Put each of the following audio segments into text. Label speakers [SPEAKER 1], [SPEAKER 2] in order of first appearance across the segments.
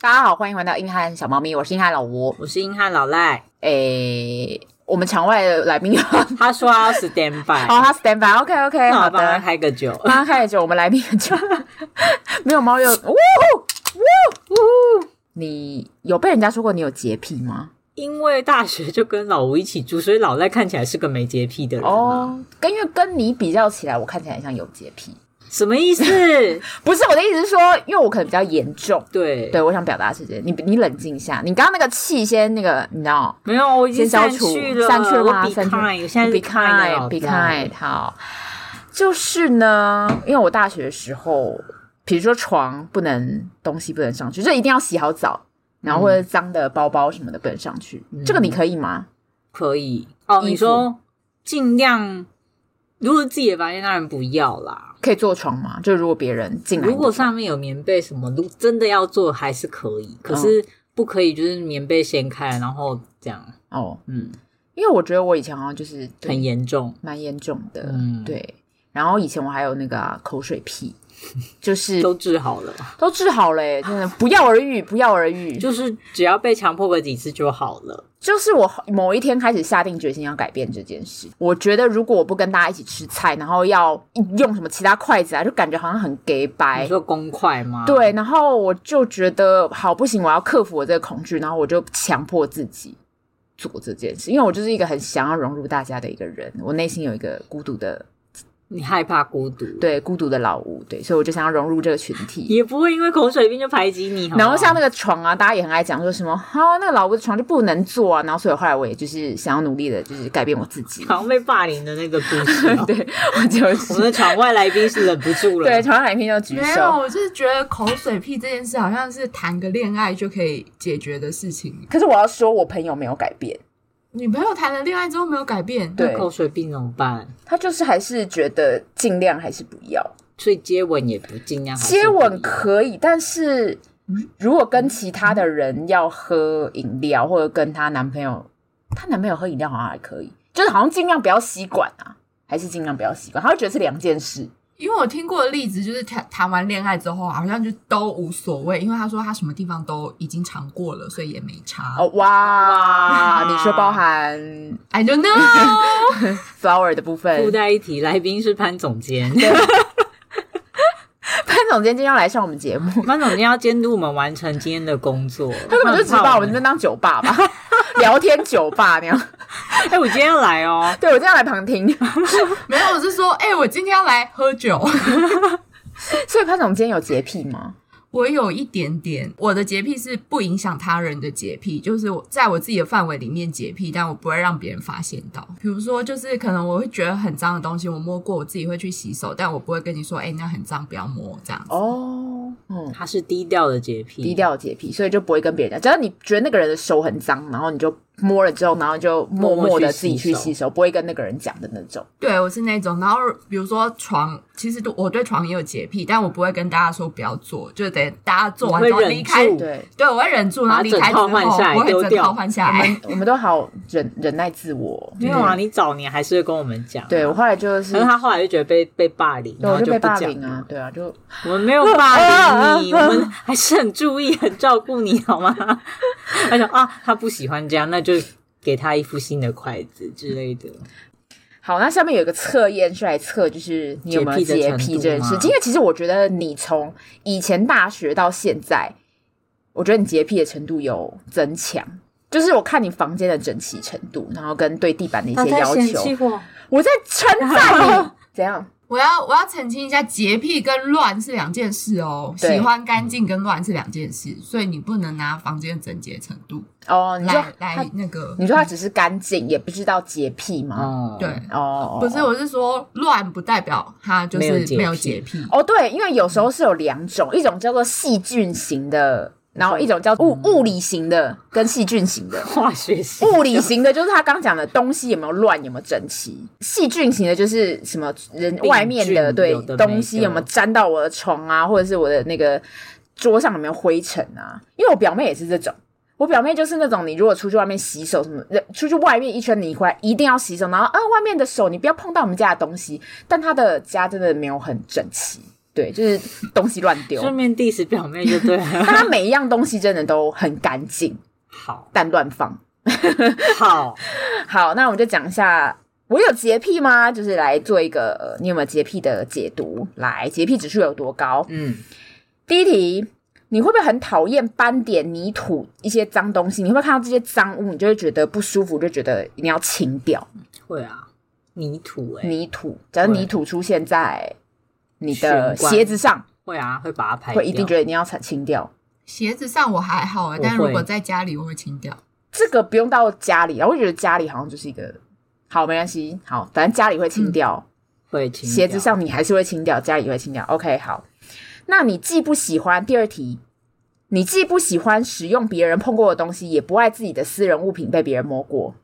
[SPEAKER 1] 好，欢迎回到硬汉小猫咪，我是硬汉老吴。
[SPEAKER 2] 我是英汉 老赖，
[SPEAKER 1] 诶，我们场外的来宾，好，
[SPEAKER 2] 他说他要 stand by，
[SPEAKER 1] 他 stand by，OK OK，
[SPEAKER 2] 那
[SPEAKER 1] 好
[SPEAKER 2] 我帮他
[SPEAKER 1] 的，
[SPEAKER 2] 开个酒。
[SPEAKER 1] 帮 他开酒，我们来宾很久，没有猫又，呜呼呜呼，你有被人家说过你有洁 癖吗？
[SPEAKER 2] 因为大学就跟老吴一起住，所以老赖看起来是个没洁癖的人、哦，
[SPEAKER 1] 哦，跟因为跟你比较起来，我看起来像有洁癖，
[SPEAKER 2] 什 么意思？
[SPEAKER 1] 不是我的意思是说，因为我可能比较严重。
[SPEAKER 2] 对，
[SPEAKER 1] 对，我想表达是这个，你你冷静一下，你刚刚那个气先那个，你知道，
[SPEAKER 2] 没有，我已经
[SPEAKER 1] 先消
[SPEAKER 2] 散
[SPEAKER 1] 除
[SPEAKER 2] 去了，
[SPEAKER 1] 散去了
[SPEAKER 2] 我
[SPEAKER 1] 吗
[SPEAKER 2] be
[SPEAKER 1] 散去
[SPEAKER 2] kind，我现在是
[SPEAKER 1] be
[SPEAKER 2] kind 的老
[SPEAKER 1] kind，be
[SPEAKER 2] 赖
[SPEAKER 1] kind，好。就是呢，因为我大学的时候，比如说床不能，东西不能上去，就一定要洗好澡，然后或
[SPEAKER 2] 嗯
[SPEAKER 1] 者脏的包包什么的不能上去。这个你可以吗？
[SPEAKER 2] 可以哦。
[SPEAKER 1] 衣
[SPEAKER 2] 你
[SPEAKER 1] 服
[SPEAKER 2] 说尽量，如果是自己的房间当然不要啦。
[SPEAKER 1] 可以坐床吗？就如果别人进来，
[SPEAKER 2] 如果上面有棉被什么，如真的要做还是可
[SPEAKER 1] 嗯
[SPEAKER 2] 以，可是不可以就是棉被掀开，然后这样，
[SPEAKER 1] 哦，
[SPEAKER 2] 嗯，
[SPEAKER 1] 因为我觉得我以前好像就是对
[SPEAKER 2] 很严重。
[SPEAKER 1] 蛮严重的，
[SPEAKER 2] 嗯
[SPEAKER 1] 对。然后以前我还有那个啊、口水 癖，就是
[SPEAKER 2] 都治好 了，
[SPEAKER 1] 都治好了、欸，真的不药而愈，不药而愈。就
[SPEAKER 2] 就是只要被强迫个几次就好了。
[SPEAKER 1] 就是我某一天开始下定决心要改变这件事。我觉得如果我不跟大家一起吃菜，然后要用什么其他筷子啊，就感觉好像很给白。
[SPEAKER 2] 你说啊公筷吗？，
[SPEAKER 1] 对，然后我就觉得好不行，我要克服我这个恐惧，然后我就强迫自己做这件事，因为我就是一个很想要融入大家的一个人，我内心有一个孤独的
[SPEAKER 2] 你害怕孤独，，
[SPEAKER 1] 对孤独的老吴，对，所以我就想要融入这个群体。
[SPEAKER 2] 也不会因为口水病就排挤你。好不好
[SPEAKER 1] 然后像那个床啊，大家也很爱讲说什么啊，那个老吴的床就不能坐啊。然后所以后来我也就是想要努力的，就是改变我自己。
[SPEAKER 2] 好像被霸凌的那个故事 哦、
[SPEAKER 1] 对，我就
[SPEAKER 2] 我们
[SPEAKER 1] 是
[SPEAKER 2] 的场外来宾是忍不住了。
[SPEAKER 1] 对，床上来宾就举
[SPEAKER 3] 没有，
[SPEAKER 1] 手。
[SPEAKER 3] 我就是觉得口水屁这件事好像是谈个恋爱就可以解决的事情。
[SPEAKER 1] 可是我要说，我朋友没有改变，
[SPEAKER 3] 女朋友谈了恋爱之后没有改变，
[SPEAKER 1] 对
[SPEAKER 2] 口水病怎么办？
[SPEAKER 1] 他就是还是觉得尽量还是不要
[SPEAKER 2] 所以接吻也不尽量还是不
[SPEAKER 1] 接
[SPEAKER 2] 要
[SPEAKER 1] 吻可以，但是如果跟其他的人要喝饮料，或者跟她男朋友，她男朋友喝饮料好像还可以，就是好像尽量不要吸管啊，还是尽量不要吸管，他会觉得是两件事。
[SPEAKER 3] 因为我听过的例子就是谈谈完恋爱之后啊好像就都无所谓，因为他说他什么地方都已经尝过了，所以也没差。
[SPEAKER 1] 哦哇！
[SPEAKER 2] 哇
[SPEAKER 1] 你说包含
[SPEAKER 3] I don't know，
[SPEAKER 1] flower 的部
[SPEAKER 2] 附
[SPEAKER 1] 分，
[SPEAKER 2] 带一提，来宾是潘总监，
[SPEAKER 1] 潘总监今天要来上我们节目，
[SPEAKER 2] 潘总监要监督我们完成今天的工作。
[SPEAKER 1] 他根本就只把我们
[SPEAKER 2] 的
[SPEAKER 1] 真当酒吧 吧，聊天酒吧那样。
[SPEAKER 2] 哎、我今天要来哦，
[SPEAKER 1] 对我这样来旁听，
[SPEAKER 3] 没有，我是说，哎、我今天要来喝酒。
[SPEAKER 1] 所以潘总监有洁癖吗？
[SPEAKER 3] 我有一点点，我的洁癖是不影响他人的洁癖，就是我在我自己的范围里面洁癖，但我不会让别人发现到。比如说，就是可能我会觉得很脏的东西，我摸过，我自己会去洗手，但我不会跟你说，哎、那很脏，不要摸这样子。
[SPEAKER 1] 哦，嗯，
[SPEAKER 2] 他是低调的洁癖，
[SPEAKER 1] 低调洁癖，所以就不会跟别人讲。只要你觉得那个人的手很脏，然后你就摸了之后，然后就默默的自己去
[SPEAKER 2] 默默
[SPEAKER 1] 洗
[SPEAKER 2] 去洗
[SPEAKER 1] 手，不会跟那个人讲的那种。
[SPEAKER 3] 对我是那种，然后比如说床，其实我对床也有洁癖，但我不会跟大家说不要做，就得大家做完
[SPEAKER 2] 你
[SPEAKER 3] 之
[SPEAKER 2] 会
[SPEAKER 3] 后
[SPEAKER 2] 忍
[SPEAKER 3] 离开。
[SPEAKER 2] 住
[SPEAKER 1] 对，
[SPEAKER 3] 对，我会忍住，然后离
[SPEAKER 2] 把
[SPEAKER 3] 开
[SPEAKER 2] 整
[SPEAKER 3] 之
[SPEAKER 2] 套
[SPEAKER 3] 后，
[SPEAKER 2] 换下来
[SPEAKER 3] 我会
[SPEAKER 2] 丢
[SPEAKER 3] 整
[SPEAKER 2] 掉
[SPEAKER 3] 套换下来。
[SPEAKER 1] 我们都好忍忍耐自我。
[SPEAKER 2] 没有啊，你早年还是会跟我们讲、啊
[SPEAKER 1] 对我后来就是
[SPEAKER 2] 可是，他后来就觉得被被霸凌，
[SPEAKER 1] 对
[SPEAKER 2] 然
[SPEAKER 1] 我
[SPEAKER 2] 后
[SPEAKER 1] 就被
[SPEAKER 2] 不
[SPEAKER 1] 霸
[SPEAKER 2] 讲
[SPEAKER 1] 凌啊
[SPEAKER 2] 了。，
[SPEAKER 1] 对啊，就
[SPEAKER 2] 我们没有 霸凌你，
[SPEAKER 1] 啊啊啊
[SPEAKER 2] 我们还是很注意、很照顾你，好吗？ 他想啊，他不喜欢这样，那就给他一副新的筷子之类的。
[SPEAKER 1] 好，那下面有一个测验是来测，就是你有没有洁
[SPEAKER 2] 洁
[SPEAKER 1] 癖
[SPEAKER 2] 癖
[SPEAKER 1] 这件事
[SPEAKER 2] 的程度吗
[SPEAKER 1] 情。因为其实我觉得你从以前大学到现在，我觉得你洁癖的程度有增强。就是我看你房间的整齐程度，然后跟对地板
[SPEAKER 3] 啊
[SPEAKER 1] 的一些要求，
[SPEAKER 2] 我，
[SPEAKER 1] 我在称赞你。怎样？
[SPEAKER 3] 我要我要澄清一下，洁癖跟乱是两件事哦，
[SPEAKER 1] 对
[SPEAKER 3] 喜欢干净跟乱是两件事，所以你不能拿房间的整洁程度
[SPEAKER 1] 哦，你说
[SPEAKER 2] 哎
[SPEAKER 3] 来
[SPEAKER 1] 他嗯
[SPEAKER 3] 来，那个。
[SPEAKER 1] 你说他只是干净，也不知道洁癖吗？
[SPEAKER 2] 哦，
[SPEAKER 3] 对，
[SPEAKER 1] 哦，
[SPEAKER 3] 不是，我是说乱不代表他就
[SPEAKER 2] 没有
[SPEAKER 3] 是
[SPEAKER 2] 洁癖
[SPEAKER 3] 没有洁癖。
[SPEAKER 1] 哦，对，因为有时候是有两种，一种叫做细菌型的，然后一种叫
[SPEAKER 2] 嗯
[SPEAKER 1] 物物理型的跟细菌型的。
[SPEAKER 2] 化学系
[SPEAKER 1] 物理型的就是他刚讲的东西有没有乱，有没有整齐；细菌型的就是什么人
[SPEAKER 2] 菌
[SPEAKER 1] 外面的对
[SPEAKER 2] 有的没的
[SPEAKER 1] 东西有没有沾到我的床啊，或者是我的那个桌上有没有灰尘啊？因为我表妹也是这种。我表妹就是那种，你如果出去外面洗手什么，呃出去外面一圈，你回来一定要洗手，然后啊，外面的手你不要碰到我们家的东西。但她的家真的没有很整齐，对，就是东西乱丢。
[SPEAKER 2] 顺便 diss 表妹就对了。
[SPEAKER 1] 但他每一样东西真的都很干净，
[SPEAKER 2] 好
[SPEAKER 1] 但乱放。
[SPEAKER 2] 好，
[SPEAKER 1] 好，那我们就讲一下，我有洁癖吗？就是来做一个、呃你有没有洁癖的解读。来，洁癖指数有多高？
[SPEAKER 2] 嗯，
[SPEAKER 1] 第一题，你会不会很讨厌斑点、泥土一些脏东西？你会不会看到这些脏污，你就会觉得不舒服，就觉得一定要清掉
[SPEAKER 2] 会啊，泥土哎、
[SPEAKER 1] 泥土？假如
[SPEAKER 2] 对
[SPEAKER 1] 泥土出现在你的
[SPEAKER 2] 玄关
[SPEAKER 1] 鞋子上，
[SPEAKER 2] 会啊，会把它排掉，
[SPEAKER 1] 会一定觉得一定要清掉。
[SPEAKER 3] 鞋子上我还好啊，但
[SPEAKER 2] 我会
[SPEAKER 3] 如果在家里我会清掉。
[SPEAKER 1] 这个不用到家里，然后我觉得家里好像就是一个好，没关系，好，反正家里会
[SPEAKER 2] 嗯
[SPEAKER 1] 清掉，
[SPEAKER 2] 会清掉
[SPEAKER 1] 鞋子上你还是会清掉，家里也会清掉。OK，好，那你既不喜欢第二题，你既不喜欢使用别人碰过的东西，也不爱自己的私人物品被别人摸过。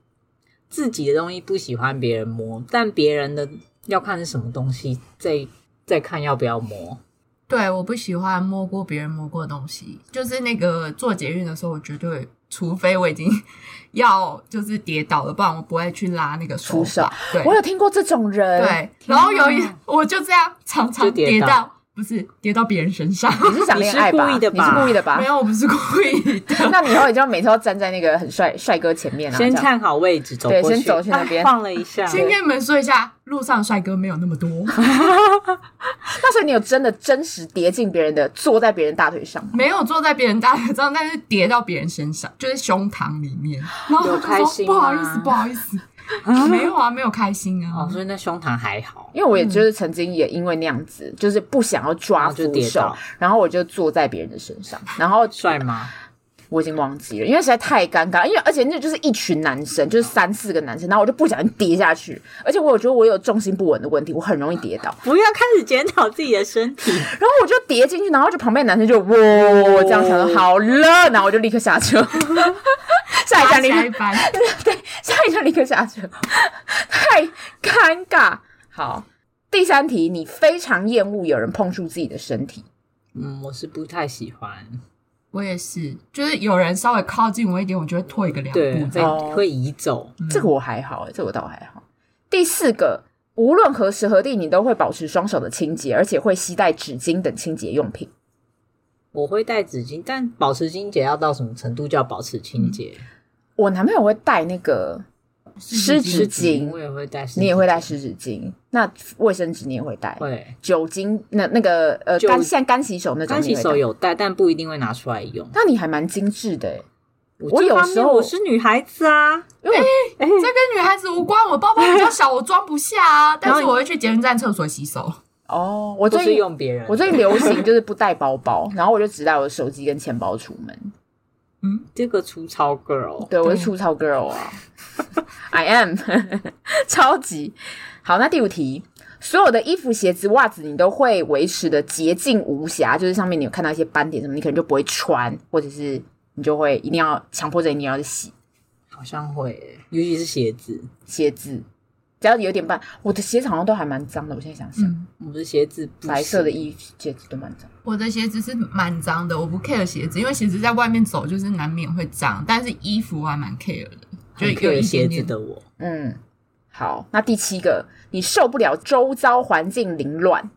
[SPEAKER 2] 自己的东西不喜欢别人摸，但别人的要看是什么东西，再再看要不要摸。
[SPEAKER 3] 对，我不喜欢摸过别人摸过的东西，就是那个做捷运的时候，我绝对，除非我已经 要就是跌倒了，不然我不会去拉那个手
[SPEAKER 1] 扶手
[SPEAKER 3] 把。对
[SPEAKER 1] 我有听过这种人，，
[SPEAKER 3] 对，然后有一
[SPEAKER 2] 天
[SPEAKER 3] 我就这样常常
[SPEAKER 2] 就跌
[SPEAKER 3] 跌
[SPEAKER 2] 倒
[SPEAKER 3] 到，不是跌到别人身上，
[SPEAKER 1] 你是想恋爱吧？
[SPEAKER 2] 你是故意的吧
[SPEAKER 1] 你是故意的
[SPEAKER 3] 没
[SPEAKER 1] 吧？
[SPEAKER 3] 有，我不是故意的。
[SPEAKER 1] 那你以后你就每次都站在那个很帅帅哥前面啊，
[SPEAKER 2] 先
[SPEAKER 1] 这样
[SPEAKER 2] 看好位置，走
[SPEAKER 1] 对
[SPEAKER 2] 过去，
[SPEAKER 1] 先走去那边
[SPEAKER 2] 啊放了一下，
[SPEAKER 3] 先跟你们说一下，路上帅哥没有那 么多，
[SPEAKER 1] 那所以你有真的真实跌进别人的，坐在别人大腿上吗？
[SPEAKER 3] 没有坐在别人大腿上，但是跌到别人身上，就是胸膛里面。然后
[SPEAKER 2] 有
[SPEAKER 3] 他
[SPEAKER 2] 开
[SPEAKER 3] 就说
[SPEAKER 2] 心
[SPEAKER 3] 不好
[SPEAKER 2] 吗
[SPEAKER 3] 意思，不好意思，没有啊，没有开心啊
[SPEAKER 2] 哦，。所以那胸膛还好，
[SPEAKER 1] 因为我也就是曾经也因为那样子，就是不想要抓
[SPEAKER 2] 然后就
[SPEAKER 1] 扶
[SPEAKER 2] 跌
[SPEAKER 1] 手，
[SPEAKER 2] 倒，
[SPEAKER 1] 然后我就坐在别人的身上，然后
[SPEAKER 2] 帅吗？
[SPEAKER 1] 我已经忘记了，因为实在太尴尬，因为而且那就是一群男生，就是三四个男生，然后我就不小心跌下去，而且我有觉得我有重心不稳的问题，我很容易跌倒，
[SPEAKER 2] 不要开始检讨自己的身体，
[SPEAKER 1] 然后我就跌进去，然后就旁边的男生就哇这样想说好了，然后我就立刻下 车，下一
[SPEAKER 3] 下
[SPEAKER 1] 站立
[SPEAKER 3] 一
[SPEAKER 1] 刻
[SPEAKER 3] 班，
[SPEAKER 1] 对，下一站立刻下车， 太尴尬。好，第三题，你非常厌恶有人碰触自己的身体，
[SPEAKER 2] 嗯，我是不太喜欢，
[SPEAKER 3] 我也是，就是有人稍微靠近我一点，我就会退个两
[SPEAKER 2] 对，
[SPEAKER 3] 步
[SPEAKER 2] 会
[SPEAKER 3] 这样。
[SPEAKER 1] 哦
[SPEAKER 2] 会移走，
[SPEAKER 1] 这个我还好，欸这个我倒还好。第四个，无论何时何地，你都会保持双手的清洁，而且会携带纸巾等清洁用品。
[SPEAKER 2] 我会带纸巾，但保持清洁要到什么程度叫保持清洁？
[SPEAKER 1] 我男朋友会带那个湿纸
[SPEAKER 2] 湿
[SPEAKER 1] 巾
[SPEAKER 2] 我，也会带，
[SPEAKER 1] 你也会带，湿纸巾，那卫生纸你也会带，
[SPEAKER 2] 会
[SPEAKER 1] 酒精那那个呃
[SPEAKER 2] 酒
[SPEAKER 1] 干现在干洗手那种
[SPEAKER 2] 干
[SPEAKER 1] 你
[SPEAKER 2] 洗
[SPEAKER 1] 也
[SPEAKER 2] 手
[SPEAKER 1] 会带。
[SPEAKER 2] 有带，但不一定会拿出来用。
[SPEAKER 1] 那你还蛮精致的欸，我
[SPEAKER 2] 这
[SPEAKER 1] 有
[SPEAKER 2] 方面
[SPEAKER 1] 时候
[SPEAKER 2] 我是女孩子啊，
[SPEAKER 1] 因为
[SPEAKER 2] 哎、
[SPEAKER 3] 这跟女孩子无关，我包包比较小，我装不下啊。但是我会去捷运站厕所洗手。
[SPEAKER 1] 哦，我
[SPEAKER 2] 不
[SPEAKER 1] 最
[SPEAKER 2] 是
[SPEAKER 1] 近
[SPEAKER 2] 用别人，
[SPEAKER 1] 我最近流行就是不带包包，然后我就只带我的手机跟钱包出门。
[SPEAKER 2] 这个粗糙 girl，
[SPEAKER 1] 对，我是粗糙 girl 啊，I am，超级好。那第五题，所有的衣服、鞋子、袜子你都会维持的洁净无瑕，就是上面你有看到一些斑点什么，你可能就不会穿，或者是你就会一定要强迫着你一定要去洗
[SPEAKER 2] 好像会耶，尤其是鞋子，
[SPEAKER 1] 鞋子。只要有点斑，我的鞋子好像都还蛮脏的。我现在想想，
[SPEAKER 3] 嗯，
[SPEAKER 2] 我们的鞋子不
[SPEAKER 1] 白色的
[SPEAKER 2] 行
[SPEAKER 1] 衣服鞋子都蛮脏。
[SPEAKER 3] 我的鞋子是蛮脏的，我不 care 鞋子，因为鞋子在外面走就是难免会脏，但是衣服我还蛮 care 的，就
[SPEAKER 2] 很
[SPEAKER 3] 有
[SPEAKER 2] care
[SPEAKER 3] 一
[SPEAKER 2] 鞋
[SPEAKER 3] 点
[SPEAKER 2] 子
[SPEAKER 3] 点。
[SPEAKER 2] 的我，
[SPEAKER 1] 嗯，好。那第七个，你受不了周遭环境凌乱，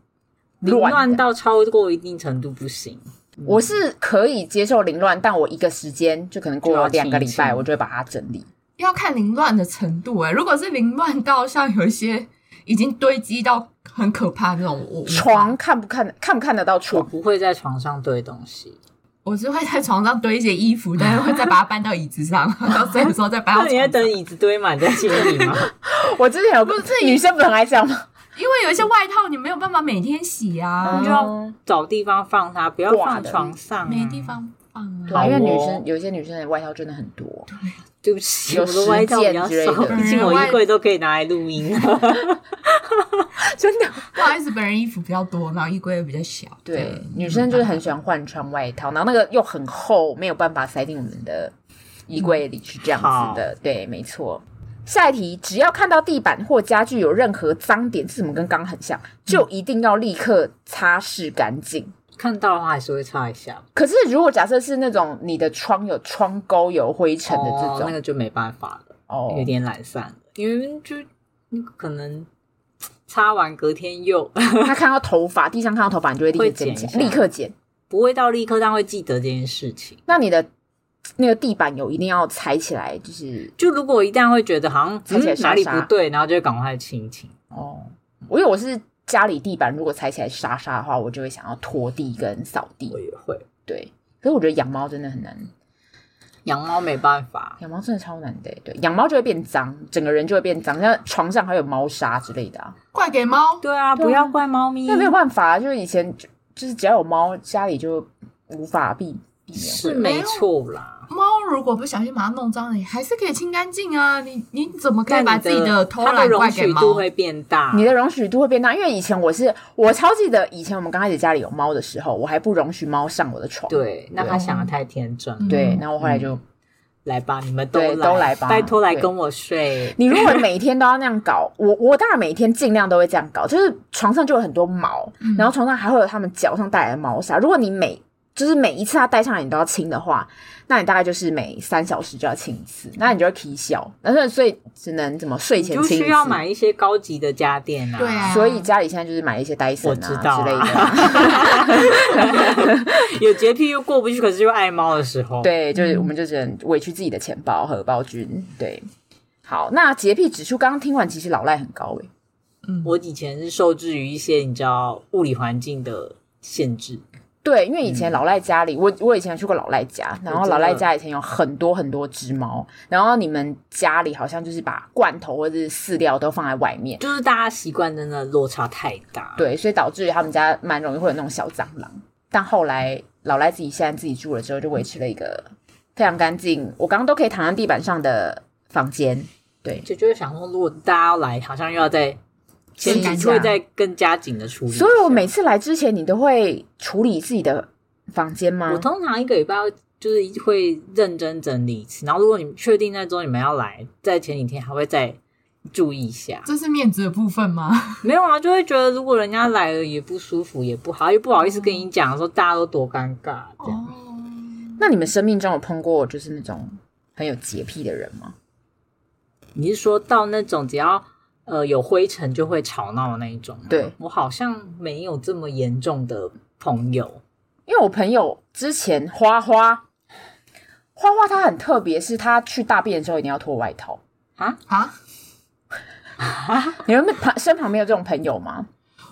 [SPEAKER 2] 凌
[SPEAKER 1] 乱
[SPEAKER 2] 乱
[SPEAKER 1] 的
[SPEAKER 2] 到超过一定程度不行。
[SPEAKER 1] 我是可以接受凌乱，但我一个时间就可能过
[SPEAKER 2] 就
[SPEAKER 1] 了
[SPEAKER 2] 要
[SPEAKER 1] 两个礼
[SPEAKER 2] 清一
[SPEAKER 1] 拜，
[SPEAKER 2] 清
[SPEAKER 1] 我就会把它整理。
[SPEAKER 3] 要看凌乱的程度哎、如果是凌乱到像有一些已经堆积到很可怕那种，我我
[SPEAKER 1] 床看不看看不看得到
[SPEAKER 2] 我
[SPEAKER 1] 床？
[SPEAKER 2] 不会在床上堆东西，
[SPEAKER 3] 我是会在床上堆一些衣服，但是会再把它搬到椅子上，到睡的时候再搬到
[SPEAKER 2] 那
[SPEAKER 3] 床
[SPEAKER 2] 你在
[SPEAKER 3] 上。
[SPEAKER 2] 等椅子堆满再清理 吗？
[SPEAKER 1] 我之前有
[SPEAKER 3] 不是
[SPEAKER 1] 女生不是很爱这样吗？
[SPEAKER 3] 因为有一些外套你没有办法每天洗啊，
[SPEAKER 2] 你就要找地方放它，不要
[SPEAKER 1] 哦挂
[SPEAKER 2] 放
[SPEAKER 1] 的
[SPEAKER 2] 床上、啊，
[SPEAKER 3] 没地。方放
[SPEAKER 1] 对
[SPEAKER 3] 啊。
[SPEAKER 1] 啊，因为
[SPEAKER 2] 好哦
[SPEAKER 1] 女生有一些女生的外套真的很多，
[SPEAKER 2] 对不起，
[SPEAKER 1] 有
[SPEAKER 2] 我的外套比较
[SPEAKER 1] 十件之类的
[SPEAKER 2] 少，毕
[SPEAKER 3] 嗯
[SPEAKER 2] 竟我衣柜都可以拿来录音了。
[SPEAKER 1] 真的。
[SPEAKER 3] 不好意思，本人衣服比较多，然后衣柜也比较小。
[SPEAKER 1] 对，女生就是很喜欢换穿外套，然后那个又很厚，没有办法塞进我们的衣柜里，是这样子的。对，没错。下一题，只要看到地板或家具有任何脏点，是什么跟刚刚很像，
[SPEAKER 2] 嗯
[SPEAKER 1] 就一定要立刻擦拭干净。
[SPEAKER 2] 看到的话还是会擦一下，
[SPEAKER 1] 可是如果假设是那种你的窗有窗钩有灰尘的这
[SPEAKER 2] 哦那
[SPEAKER 1] 种，
[SPEAKER 2] 个就没办法了，嗯
[SPEAKER 1] 哦
[SPEAKER 2] 有点懒散了，因为就可能擦完隔天又
[SPEAKER 1] 他看到头发，地上看到头发，你就会立刻
[SPEAKER 2] 会
[SPEAKER 1] 捡
[SPEAKER 2] 剪
[SPEAKER 1] 起
[SPEAKER 2] 一
[SPEAKER 1] 来，
[SPEAKER 2] 下
[SPEAKER 1] 立刻剪。
[SPEAKER 2] 不会到立刻，但会记得这件事情。
[SPEAKER 1] 那你的那个地板油一定要踩起来，就是
[SPEAKER 2] 就如果一旦会觉得好像、
[SPEAKER 1] 而且
[SPEAKER 2] 嗯、
[SPEAKER 1] 沙
[SPEAKER 2] 哪里不
[SPEAKER 1] 沙
[SPEAKER 2] 对，然后就会赶快清一清。
[SPEAKER 1] 哦，我因为我是家里地板如果踩起来沙沙的话，我就会想要拖地跟扫地
[SPEAKER 2] 我。也会，
[SPEAKER 1] 对，可是我觉得养猫真的很难，
[SPEAKER 2] 养猫没办法，
[SPEAKER 1] 养猫真的超难的。对，养猫就会变脏，整个人就会变脏，像床上还有猫砂之类的啊。
[SPEAKER 3] 怪给猫，
[SPEAKER 2] 对啊，
[SPEAKER 1] 对啊
[SPEAKER 2] 不要怪猫咪
[SPEAKER 1] 那，没有办法啊，就是以前就就是只要有猫，家里就无法避避免。
[SPEAKER 2] 是没错啦。
[SPEAKER 3] 猫如果不小心把它弄脏了，你还是可以清干净啊。你你怎么可以
[SPEAKER 2] 但
[SPEAKER 3] 把
[SPEAKER 2] 你
[SPEAKER 3] 自己的
[SPEAKER 2] 的
[SPEAKER 3] 偷
[SPEAKER 2] 它的
[SPEAKER 3] 懒
[SPEAKER 2] 容
[SPEAKER 3] 怪
[SPEAKER 2] 许
[SPEAKER 3] 给猫
[SPEAKER 2] 度？会变大，
[SPEAKER 1] 你的容许度会变大，因为以前我是我超记得，以前我们刚开始家里有猫的时候，我还不容许猫上我的床。
[SPEAKER 2] 对，那
[SPEAKER 1] 对
[SPEAKER 2] 他想的太天真了。
[SPEAKER 1] 对，
[SPEAKER 3] 嗯
[SPEAKER 1] 然后我后来就，
[SPEAKER 2] 来吧，你们都
[SPEAKER 1] 对
[SPEAKER 2] 来，
[SPEAKER 1] 都来吧
[SPEAKER 2] 拜托来
[SPEAKER 1] 对
[SPEAKER 2] 跟我睡。
[SPEAKER 1] 你如果每天都要那样搞，我我当然每天尽量都会这样搞，就是床上就有很多毛，
[SPEAKER 3] 嗯
[SPEAKER 1] 然后床上还会有他们脚上带来的毛砂。如果你每就是每一次它带上来你都要清的话，那你大概就是每三小时就要清一次，那你就会啼笑。但是所以只能怎么睡
[SPEAKER 2] 你
[SPEAKER 1] 前
[SPEAKER 2] 就
[SPEAKER 1] 清一
[SPEAKER 2] 需要
[SPEAKER 1] 次
[SPEAKER 2] 买一些高级的家电啊，
[SPEAKER 3] 对啊
[SPEAKER 1] 所以家里现在就是买一些戴森
[SPEAKER 2] 我
[SPEAKER 1] 啊
[SPEAKER 2] 知道啊
[SPEAKER 1] 之类的啊，
[SPEAKER 2] 有洁癖又过不去，可是又爱猫的时候，，
[SPEAKER 1] 对，就是我们就只能委屈自己的钱包荷包君。对，好，那洁癖指数刚刚听完，其实老赖很高欸诶、
[SPEAKER 3] 嗯，
[SPEAKER 2] 我以前是受制于一些你知道物理环境的限制，
[SPEAKER 1] 对，因为以前老赖家里，我我以前去过老赖家，然后老赖
[SPEAKER 2] 真的
[SPEAKER 1] 家以前有很多很多只猫，然后你们家里好像就是把罐头或者是饲料都放在外面，
[SPEAKER 2] 就是大家习惯真的落差太大。，
[SPEAKER 1] 对，所以导致他们家蛮容易会有那种小蟑螂。但后来老赖自己现在自己住了之后，就维持了一个非常干净，我刚刚都可以躺在地板上的房间。对，
[SPEAKER 2] 就就会想说，如果大家要来，好像又要再
[SPEAKER 1] 先
[SPEAKER 2] 前
[SPEAKER 3] 赶
[SPEAKER 2] 几
[SPEAKER 3] 一
[SPEAKER 2] 次会
[SPEAKER 3] 下
[SPEAKER 2] 再更加紧的处理一下。
[SPEAKER 1] 所以我每
[SPEAKER 2] 啊
[SPEAKER 1] 次来之前，你都会处理自己的房间吗？
[SPEAKER 2] 我通常一个礼拜就是会认真整理一次，然后如果你确定那周你们要来，在前几天还会再注意一下。
[SPEAKER 3] 这是面子的部分吗？
[SPEAKER 2] 没有啊，就会觉得如果人家来了也不舒服，也不好，又不好意思跟你讲说大家都多尴尬这样。
[SPEAKER 3] 哦
[SPEAKER 1] 那你们生命中有碰过就是那种很有洁癖的人吗？
[SPEAKER 2] 你是说到那种只要呃有灰尘就会吵闹的那一种吗？
[SPEAKER 1] 对
[SPEAKER 2] 我好像没有这么严重的朋 友，
[SPEAKER 1] 因为我朋友之前花花，花花她很特别，是她去大便的时候一定要脱外套。
[SPEAKER 3] 啊，
[SPEAKER 1] 你们旁身旁没有这种朋友吗？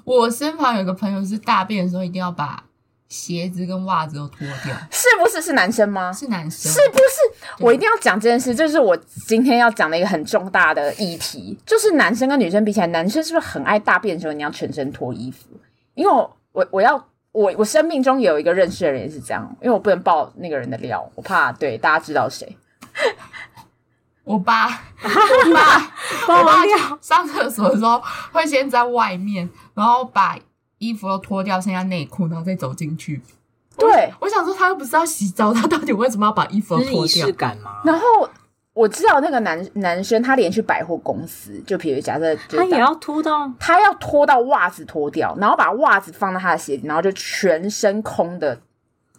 [SPEAKER 3] 我身旁有个朋友是大便的时候一定要把鞋子跟袜子都脱掉，
[SPEAKER 1] 是不是是男生吗？
[SPEAKER 3] 是男生
[SPEAKER 1] 是不是？我一定要讲这件事，这是我今天要讲的一个很重大的议题，就是男生跟女生比起来，男生是不是很爱大便的时候你要全身脱衣服？因为我我我要我我生命中有一个认识的人也是这样，因为我不能爆那个人的料，我怕对大家知道谁。
[SPEAKER 3] 我爸，我爸，
[SPEAKER 2] 爆
[SPEAKER 3] 我爸
[SPEAKER 2] 料
[SPEAKER 3] 上厕所的时候会先在外面，然后把衣服都脱掉，剩下内裤，然后再走进去。
[SPEAKER 1] 对，
[SPEAKER 3] 我想说，他又不是要洗澡，他到底为什么要把衣服
[SPEAKER 2] 这
[SPEAKER 3] 都
[SPEAKER 2] 是
[SPEAKER 3] 脱
[SPEAKER 2] 仪
[SPEAKER 3] 掉
[SPEAKER 2] 式？感吗？
[SPEAKER 1] 然后我知道那个男男生他连去百货公司，就比如假设就是
[SPEAKER 2] 他也
[SPEAKER 1] 打
[SPEAKER 2] 要脱到
[SPEAKER 1] 他要脱到袜子脱掉，然后把袜子放到他的鞋底，然后就全身空的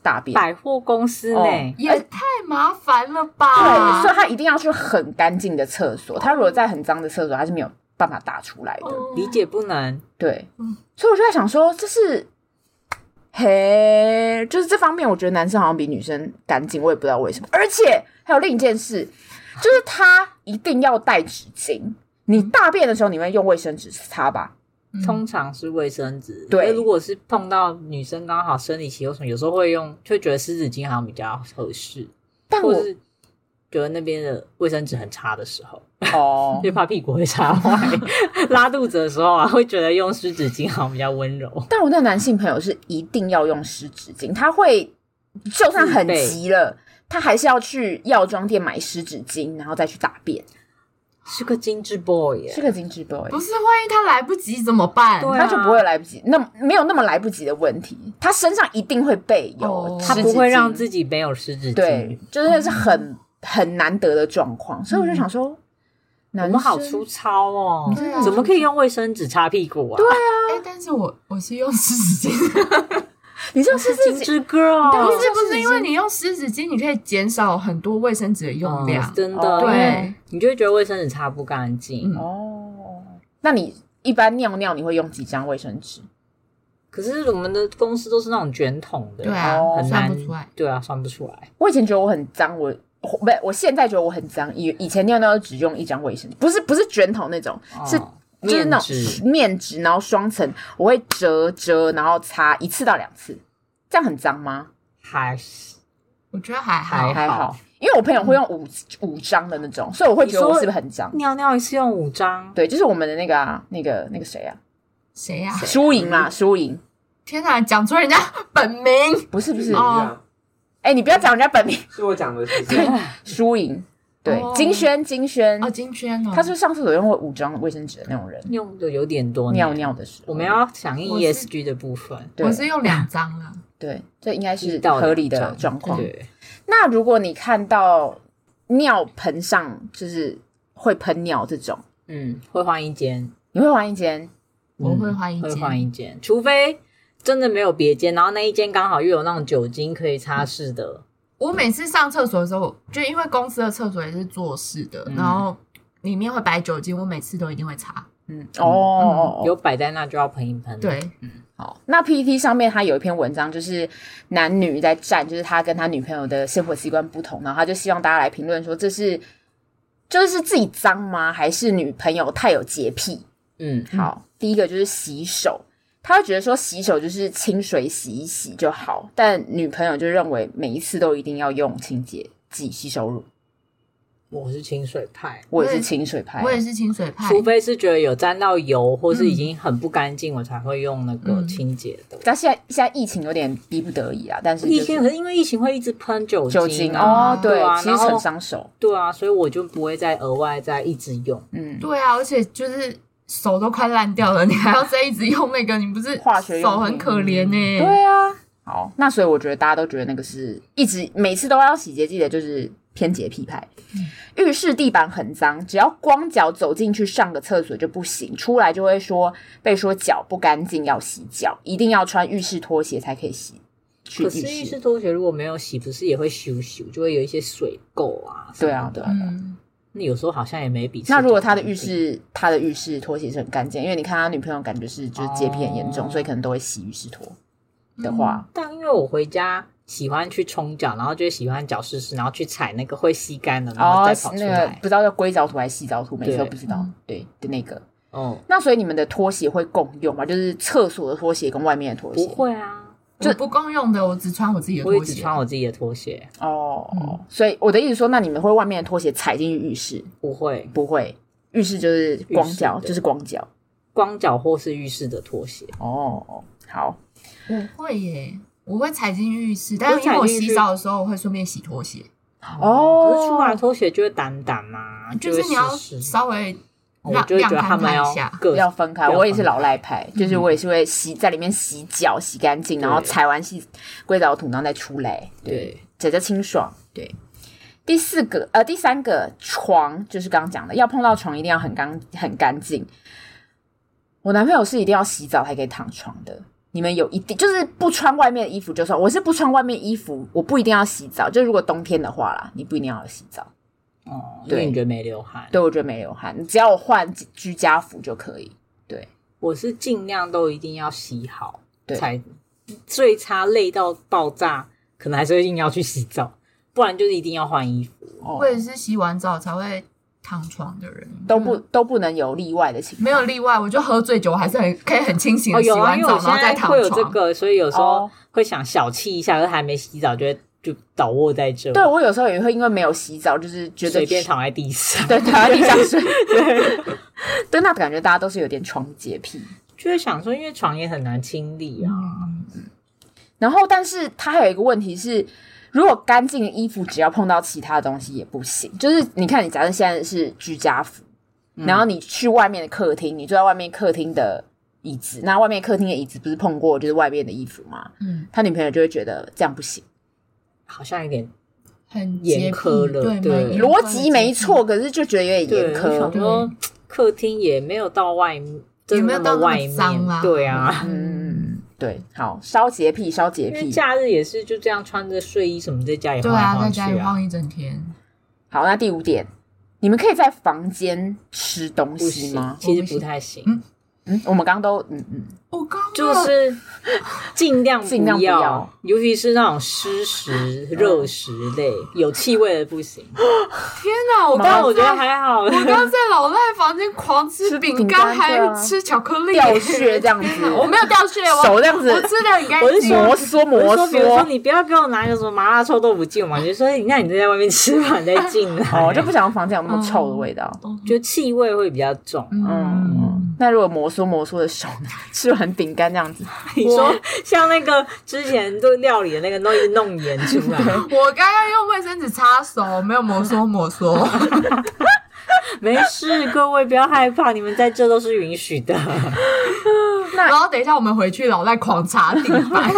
[SPEAKER 1] 大便。
[SPEAKER 2] 百货公司嗯
[SPEAKER 1] 哦
[SPEAKER 2] 内，
[SPEAKER 3] 也太麻烦了
[SPEAKER 1] 对，
[SPEAKER 2] 啊
[SPEAKER 3] 吧！
[SPEAKER 1] 所以他一定要去很干净的厕所。他如果在很脏的厕所，他是没有办法打出来的。
[SPEAKER 3] 哦
[SPEAKER 2] 理解不能。
[SPEAKER 1] 对
[SPEAKER 3] 嗯，
[SPEAKER 1] 所以我就在想说，这是，嘿，就是这方面，我觉得男生好像比女生干净，我也不知道为什么。而且还有另一件事，就是他一定要带纸巾。你大便的时候，你会用卫生纸擦吧？
[SPEAKER 3] 嗯
[SPEAKER 2] 通常是卫生纸。
[SPEAKER 1] 对
[SPEAKER 2] 因为如果是碰到女生刚好生理期或什么，有时候会用，就会觉得湿纸巾好像比较合适，
[SPEAKER 1] 但
[SPEAKER 2] 或
[SPEAKER 1] 我
[SPEAKER 2] 是觉得那边的卫生纸很差的时候，
[SPEAKER 1] 哦
[SPEAKER 2] 因，为怕屁股会插坏， 拉肚子的时候啊，会觉得用湿纸巾好像比较温柔。
[SPEAKER 1] 但我那个男性朋友是一定要用湿纸巾，他会就算很
[SPEAKER 2] 自备
[SPEAKER 1] 急了，他还是要去药妆店买湿纸巾，然后再去大便，
[SPEAKER 2] 是个精致 boy 耶
[SPEAKER 1] 是，个精致 boy，
[SPEAKER 3] 不是，万一他来不及怎么办？
[SPEAKER 2] 对啊
[SPEAKER 1] 他就不会来不及，那没有那么来不及的问题，他身上一定会备有
[SPEAKER 3] 哦
[SPEAKER 1] 湿
[SPEAKER 2] 他
[SPEAKER 1] 纸巾，
[SPEAKER 2] 不会让自己没有湿纸巾。
[SPEAKER 1] 对，，真的是很很难得的状况，所以我就想说，
[SPEAKER 2] 嗯我
[SPEAKER 1] 男
[SPEAKER 2] 们好
[SPEAKER 1] 生
[SPEAKER 2] 粗糙哦
[SPEAKER 3] 对啊，
[SPEAKER 2] 怎么可以用卫生纸擦屁股啊？
[SPEAKER 3] 哎，但是我我是用湿纸巾，
[SPEAKER 1] 你知道是自
[SPEAKER 2] 精
[SPEAKER 1] 己
[SPEAKER 2] 致
[SPEAKER 1] 但
[SPEAKER 3] 不
[SPEAKER 2] girl，
[SPEAKER 3] 是不是因为你用湿纸巾，你可以减少很多卫生纸的用量
[SPEAKER 2] 嗯。真
[SPEAKER 1] 哦
[SPEAKER 2] 的，
[SPEAKER 3] 对，
[SPEAKER 2] 你就会觉得卫生纸擦不干净。
[SPEAKER 3] 嗯
[SPEAKER 1] 哦，那你。一般尿尿你会用几张卫生纸？
[SPEAKER 2] 可是我们的公司都是那种卷筒的，
[SPEAKER 3] 对啊
[SPEAKER 1] 哦，
[SPEAKER 2] 很
[SPEAKER 3] 算
[SPEAKER 2] 难
[SPEAKER 3] 不出来。
[SPEAKER 2] 对啊，算不出来。
[SPEAKER 1] 我以前觉得我很脏，我我不是，我现在觉得我很脏。以以前尿尿只用一张卫生纸，不是不是卷筒那种，是
[SPEAKER 2] 哦
[SPEAKER 1] 就是
[SPEAKER 2] 面
[SPEAKER 1] 那
[SPEAKER 2] 纸
[SPEAKER 1] 种面纸，然后双层，我会折折，然后擦一次到两次，这样很脏吗？
[SPEAKER 2] 还
[SPEAKER 3] 我觉得还
[SPEAKER 2] 还
[SPEAKER 3] 好，
[SPEAKER 1] 还好，因为我朋友会用五、五张的那种，所以我会觉得
[SPEAKER 2] 你
[SPEAKER 1] 我
[SPEAKER 2] 说
[SPEAKER 1] 是不是很脏？
[SPEAKER 2] 尿尿一次用五张，
[SPEAKER 1] 对，就是我们的那个啊，那个那个谁啊，
[SPEAKER 3] 谁啊呀？
[SPEAKER 1] 输赢啦，输赢
[SPEAKER 3] 天哪，讲出人家本名，
[SPEAKER 1] 不是不是，哎、
[SPEAKER 3] 哦
[SPEAKER 4] 啊，
[SPEAKER 1] 你不要讲人家本名，
[SPEAKER 4] 是我讲的是不 是？
[SPEAKER 1] 输赢对
[SPEAKER 3] 哦，
[SPEAKER 1] 金轩金轩
[SPEAKER 3] 哦，，金圈哦，
[SPEAKER 1] 他是上厕所用过五张卫生纸的那种人，
[SPEAKER 2] 用的有点多呢。
[SPEAKER 1] 尿尿的时候，
[SPEAKER 2] 哦我们要响应
[SPEAKER 3] 我是
[SPEAKER 2] ESG 的部分，
[SPEAKER 1] 对
[SPEAKER 3] 我是用两张啊了，
[SPEAKER 1] 对，这应该是
[SPEAKER 2] 一到
[SPEAKER 1] 合理
[SPEAKER 2] 两
[SPEAKER 1] 的
[SPEAKER 2] 张
[SPEAKER 1] 状况。
[SPEAKER 2] 对，
[SPEAKER 1] 那如果你看到尿盆上就是会喷尿这种，
[SPEAKER 2] 嗯，会换一间，嗯
[SPEAKER 1] 你会换一间？
[SPEAKER 3] 我会换一
[SPEAKER 2] 会
[SPEAKER 3] 间，
[SPEAKER 2] 换一间，除非真的没有别间，然后那一间刚好又有那种酒精可以擦拭的，
[SPEAKER 3] 我每次上厕所的时候，就因为公司的厕所也是坐式的，
[SPEAKER 2] 嗯
[SPEAKER 3] 然后里面会摆酒精，我每次都一定会擦。
[SPEAKER 1] 嗯，哦哦，
[SPEAKER 2] 有
[SPEAKER 1] 哦
[SPEAKER 2] 摆在那就要喷一喷。，
[SPEAKER 3] 对，
[SPEAKER 1] 好。那 PPT 上面他有一篇文章，就是男女在战，就是他跟他女朋友的生活习惯不同，然后他就希望大家来评论说这是。就是自己脏吗？还是女朋友太有洁癖？
[SPEAKER 2] 嗯，
[SPEAKER 1] 好，第一个就是洗手，他会觉得说洗手就是清水洗一洗就好，但女朋友就认为每一次都一定要用清洁剂、洗手乳。
[SPEAKER 2] 我是清水派，
[SPEAKER 1] 我也是清水派，
[SPEAKER 3] 我也是清水派，
[SPEAKER 2] 除非是觉得有沾到油或是已经很不干净，我才会用那个
[SPEAKER 3] 嗯
[SPEAKER 2] 清洁的。
[SPEAKER 1] 但现在现在疫情有点逼不得已啊，但是
[SPEAKER 2] 疫
[SPEAKER 1] 就
[SPEAKER 2] 情可
[SPEAKER 1] 是
[SPEAKER 2] 是因为疫情会一直喷酒
[SPEAKER 1] 酒
[SPEAKER 2] 精
[SPEAKER 1] 精
[SPEAKER 2] 啊，
[SPEAKER 1] 哦，对，
[SPEAKER 2] 对啊
[SPEAKER 1] 其
[SPEAKER 2] 然
[SPEAKER 1] 实
[SPEAKER 2] 后
[SPEAKER 1] 很伤手，
[SPEAKER 2] 对啊，所以我就不会再额外再一直用。
[SPEAKER 1] 嗯，
[SPEAKER 3] 对啊，而且就是手都快烂掉了，你还要再一直用那个，你不是
[SPEAKER 1] 化学用
[SPEAKER 3] 手
[SPEAKER 1] 品
[SPEAKER 3] 很可怜欸
[SPEAKER 2] 嗯
[SPEAKER 3] 呢、
[SPEAKER 1] 对啊，好，那所以我觉得大家都觉得那个是一直每次都要洗洁剂的，就是偏洁癖派。
[SPEAKER 2] 嗯
[SPEAKER 1] 浴室地板很脏，只要光脚走进去上个厕所就不行，出来就会说被说脚不干净要洗脚，一定要穿浴室拖鞋才可以洗去
[SPEAKER 2] 可
[SPEAKER 1] 浴
[SPEAKER 2] 是浴
[SPEAKER 1] 室
[SPEAKER 2] 室。拖鞋如果没有洗，不是也会咻咻，就会有一些水垢啊。
[SPEAKER 1] 对啊，对啊。
[SPEAKER 3] 嗯，
[SPEAKER 2] 那有时候好像也没比。
[SPEAKER 1] 那如果他的浴，室，他的浴室拖鞋是很干净，因为你看他女朋友感觉是就是洁癖很严重，
[SPEAKER 2] 哦
[SPEAKER 1] 所以可能都会洗浴室拖的话，
[SPEAKER 2] 但因为我回家喜欢去冲脚，然后就会喜欢脚湿湿，然后去踩那个会吸干的，嗯然后再
[SPEAKER 1] 哦，
[SPEAKER 2] 跑出
[SPEAKER 1] 那个
[SPEAKER 2] 来
[SPEAKER 1] 不。知道叫硅藻土还是细藻土，每次都
[SPEAKER 2] 对
[SPEAKER 1] 不知道，对的那个。
[SPEAKER 2] 哦，
[SPEAKER 1] 那所以你们的拖鞋会共用吗？就是厕所的拖鞋跟外面的拖鞋？
[SPEAKER 2] 不会啊，
[SPEAKER 3] 就不共用的，我只穿我自己的
[SPEAKER 2] 我也
[SPEAKER 3] 拖
[SPEAKER 2] 只
[SPEAKER 3] 鞋。
[SPEAKER 2] 穿我自己的拖鞋，
[SPEAKER 1] 哦。
[SPEAKER 2] 嗯
[SPEAKER 1] 所以我的意思说，那你们会外面的拖鞋踩进去浴室？
[SPEAKER 2] 不会
[SPEAKER 1] 不会，浴室就是光脚，
[SPEAKER 2] 浴室对
[SPEAKER 1] 就是光脚。
[SPEAKER 2] 光脚或是浴室的拖鞋。
[SPEAKER 1] 哦，好，
[SPEAKER 3] 我会耶、我会踩进浴室，但是因为
[SPEAKER 2] 踩
[SPEAKER 3] 我
[SPEAKER 2] 进去
[SPEAKER 3] 洗澡的时候，我会顺便洗拖鞋，
[SPEAKER 1] 哦
[SPEAKER 2] 可是出来拖鞋就会掸掸嘛，
[SPEAKER 3] 就是你要
[SPEAKER 2] 湿湿。
[SPEAKER 3] 稍微
[SPEAKER 2] 我
[SPEAKER 3] 让
[SPEAKER 2] 就会觉得他
[SPEAKER 3] 让
[SPEAKER 2] 们
[SPEAKER 3] 看
[SPEAKER 2] 要
[SPEAKER 3] 一下。
[SPEAKER 2] 各
[SPEAKER 1] 哦要分开。
[SPEAKER 2] 要
[SPEAKER 1] 我也是老
[SPEAKER 2] 分开嗯
[SPEAKER 1] 赖派，就是我也是会洗在里面洗脚，洗干净，然后
[SPEAKER 2] 对
[SPEAKER 1] 踩完洗硅藻土，然后再出来。对，
[SPEAKER 2] 对，
[SPEAKER 1] 姐姐清爽。对。第四个，呃，第三个床就是刚刚讲的，要碰到床一定要很干很干净。我男朋友是一定要洗澡才可以躺床的。你们有一定就是不穿外面的衣服就算，我是不穿外面衣服，我不一定要洗澡。就如果冬天的话啦，你不一定要洗澡。
[SPEAKER 2] 哦，因
[SPEAKER 1] 对
[SPEAKER 2] 为你觉得没流汗。
[SPEAKER 1] 对我觉得没有汗，你只要我换居家服就可以。对，
[SPEAKER 2] 我是尽量都一定要洗好，
[SPEAKER 1] 对
[SPEAKER 2] 才最差累到爆炸，可能还是会硬要去洗澡，不然就是一定要换衣服。
[SPEAKER 1] 哦
[SPEAKER 3] 我，也是洗完澡才会躺床的人，
[SPEAKER 1] 都不都不能有例外的情况。
[SPEAKER 3] 没有例外。我就喝醉酒，我还是很可以很清醒
[SPEAKER 2] 哦，
[SPEAKER 3] 的洗
[SPEAKER 2] 有啊，
[SPEAKER 3] 完
[SPEAKER 2] 因为
[SPEAKER 3] 澡、
[SPEAKER 2] 我
[SPEAKER 3] 然
[SPEAKER 2] 现
[SPEAKER 3] 后再
[SPEAKER 2] 在
[SPEAKER 3] 躺
[SPEAKER 2] 会有这
[SPEAKER 3] 床。
[SPEAKER 2] 个，所以有时
[SPEAKER 1] 哦
[SPEAKER 2] 候会想小憩一下，可是还没洗澡就会就倒卧在这，
[SPEAKER 1] 对，我有时候也会因为没有洗澡，就是觉得
[SPEAKER 2] 随便躺在地上，
[SPEAKER 1] 对，躺在地上睡。对，那感觉大家都是有点床洁癖。
[SPEAKER 2] 就会想说，因为床也很难清理啊。
[SPEAKER 1] 然后，但是它还有一个问题是，如果干净的衣服只要碰到其他东西也不行。就是你看，你假设现在是居家服，
[SPEAKER 2] 嗯
[SPEAKER 1] 然后你去外面的客厅，你坐在外面客厅的椅子，那外面客厅的椅子不是碰过就是外面的衣服吗？
[SPEAKER 3] 嗯，
[SPEAKER 1] 他女朋友就会觉得这样不行，
[SPEAKER 2] 好像有点
[SPEAKER 3] 很
[SPEAKER 2] 严苛
[SPEAKER 3] 洁癖
[SPEAKER 2] 了
[SPEAKER 3] 对
[SPEAKER 2] 对
[SPEAKER 3] 蛮严苛的
[SPEAKER 1] 逻辑没错，可是就觉得有点
[SPEAKER 2] 对，
[SPEAKER 1] 严
[SPEAKER 2] 我想
[SPEAKER 1] 苛。
[SPEAKER 2] 说客厅也没有到外，真
[SPEAKER 3] 也
[SPEAKER 2] 的
[SPEAKER 3] 没有到
[SPEAKER 2] 那么
[SPEAKER 3] 那
[SPEAKER 2] 外
[SPEAKER 3] 么
[SPEAKER 2] 面，
[SPEAKER 3] 脏啦。
[SPEAKER 2] 对啊，
[SPEAKER 3] 嗯，
[SPEAKER 1] 嗯，对，好，烧洁癖，烧洁
[SPEAKER 2] 因为
[SPEAKER 1] 癖。
[SPEAKER 2] 假日也是就这样穿着睡衣什么在家里
[SPEAKER 3] 对
[SPEAKER 2] 晃哎来
[SPEAKER 3] 啊，在
[SPEAKER 2] 晃去
[SPEAKER 3] 家里晃一整天，
[SPEAKER 1] 好，那第五点，你们可以在房间吃东
[SPEAKER 2] 不
[SPEAKER 1] 西
[SPEAKER 2] 行
[SPEAKER 1] 吗，？
[SPEAKER 2] 其实不太行。
[SPEAKER 3] 嗯
[SPEAKER 1] 嗯，我们刚刚都嗯嗯，
[SPEAKER 3] 我刚刚
[SPEAKER 2] 就是尽量
[SPEAKER 1] 尽量不要
[SPEAKER 2] 尤其是那种湿食、热食类，
[SPEAKER 1] 啊
[SPEAKER 2] 有气味的不行。
[SPEAKER 3] 天哪，我刚
[SPEAKER 2] 但
[SPEAKER 3] 刚
[SPEAKER 2] 我觉得
[SPEAKER 3] 在
[SPEAKER 2] 还 好，
[SPEAKER 3] 我刚刚在老赖房间狂吃
[SPEAKER 1] 吃
[SPEAKER 3] 饼
[SPEAKER 1] 饼干
[SPEAKER 3] 干，还
[SPEAKER 1] 对啊
[SPEAKER 3] 吃巧克力，
[SPEAKER 1] 掉屑这样子，
[SPEAKER 3] 我没有掉屑，我
[SPEAKER 1] 手这样
[SPEAKER 3] 我
[SPEAKER 1] 子
[SPEAKER 3] 吃的很干
[SPEAKER 2] 我是
[SPEAKER 3] 净。
[SPEAKER 1] 摩挲
[SPEAKER 2] 我
[SPEAKER 1] 摩
[SPEAKER 2] 是说，比如说
[SPEAKER 1] 挲，
[SPEAKER 2] 你不要给我拿一个什么麻辣臭豆腐进我嘛，就说你那你就在外面吃完再进来，
[SPEAKER 1] 哦，就不想房间有那么臭的味道。
[SPEAKER 2] 觉得气味会比较重。
[SPEAKER 3] 嗯，
[SPEAKER 1] 嗯，那如果摩挲摩挲的手呢？吃完饼干这样子，
[SPEAKER 2] 你说像那个之前做料理的那个弄一弄盐出 来，
[SPEAKER 3] 我刚刚用卫生纸擦手，没有摩挲摩 挲。
[SPEAKER 2] 没事，各位不要害怕，你们在这都是允许的。
[SPEAKER 3] 然后等一下我们回去，老赖狂擦地 板。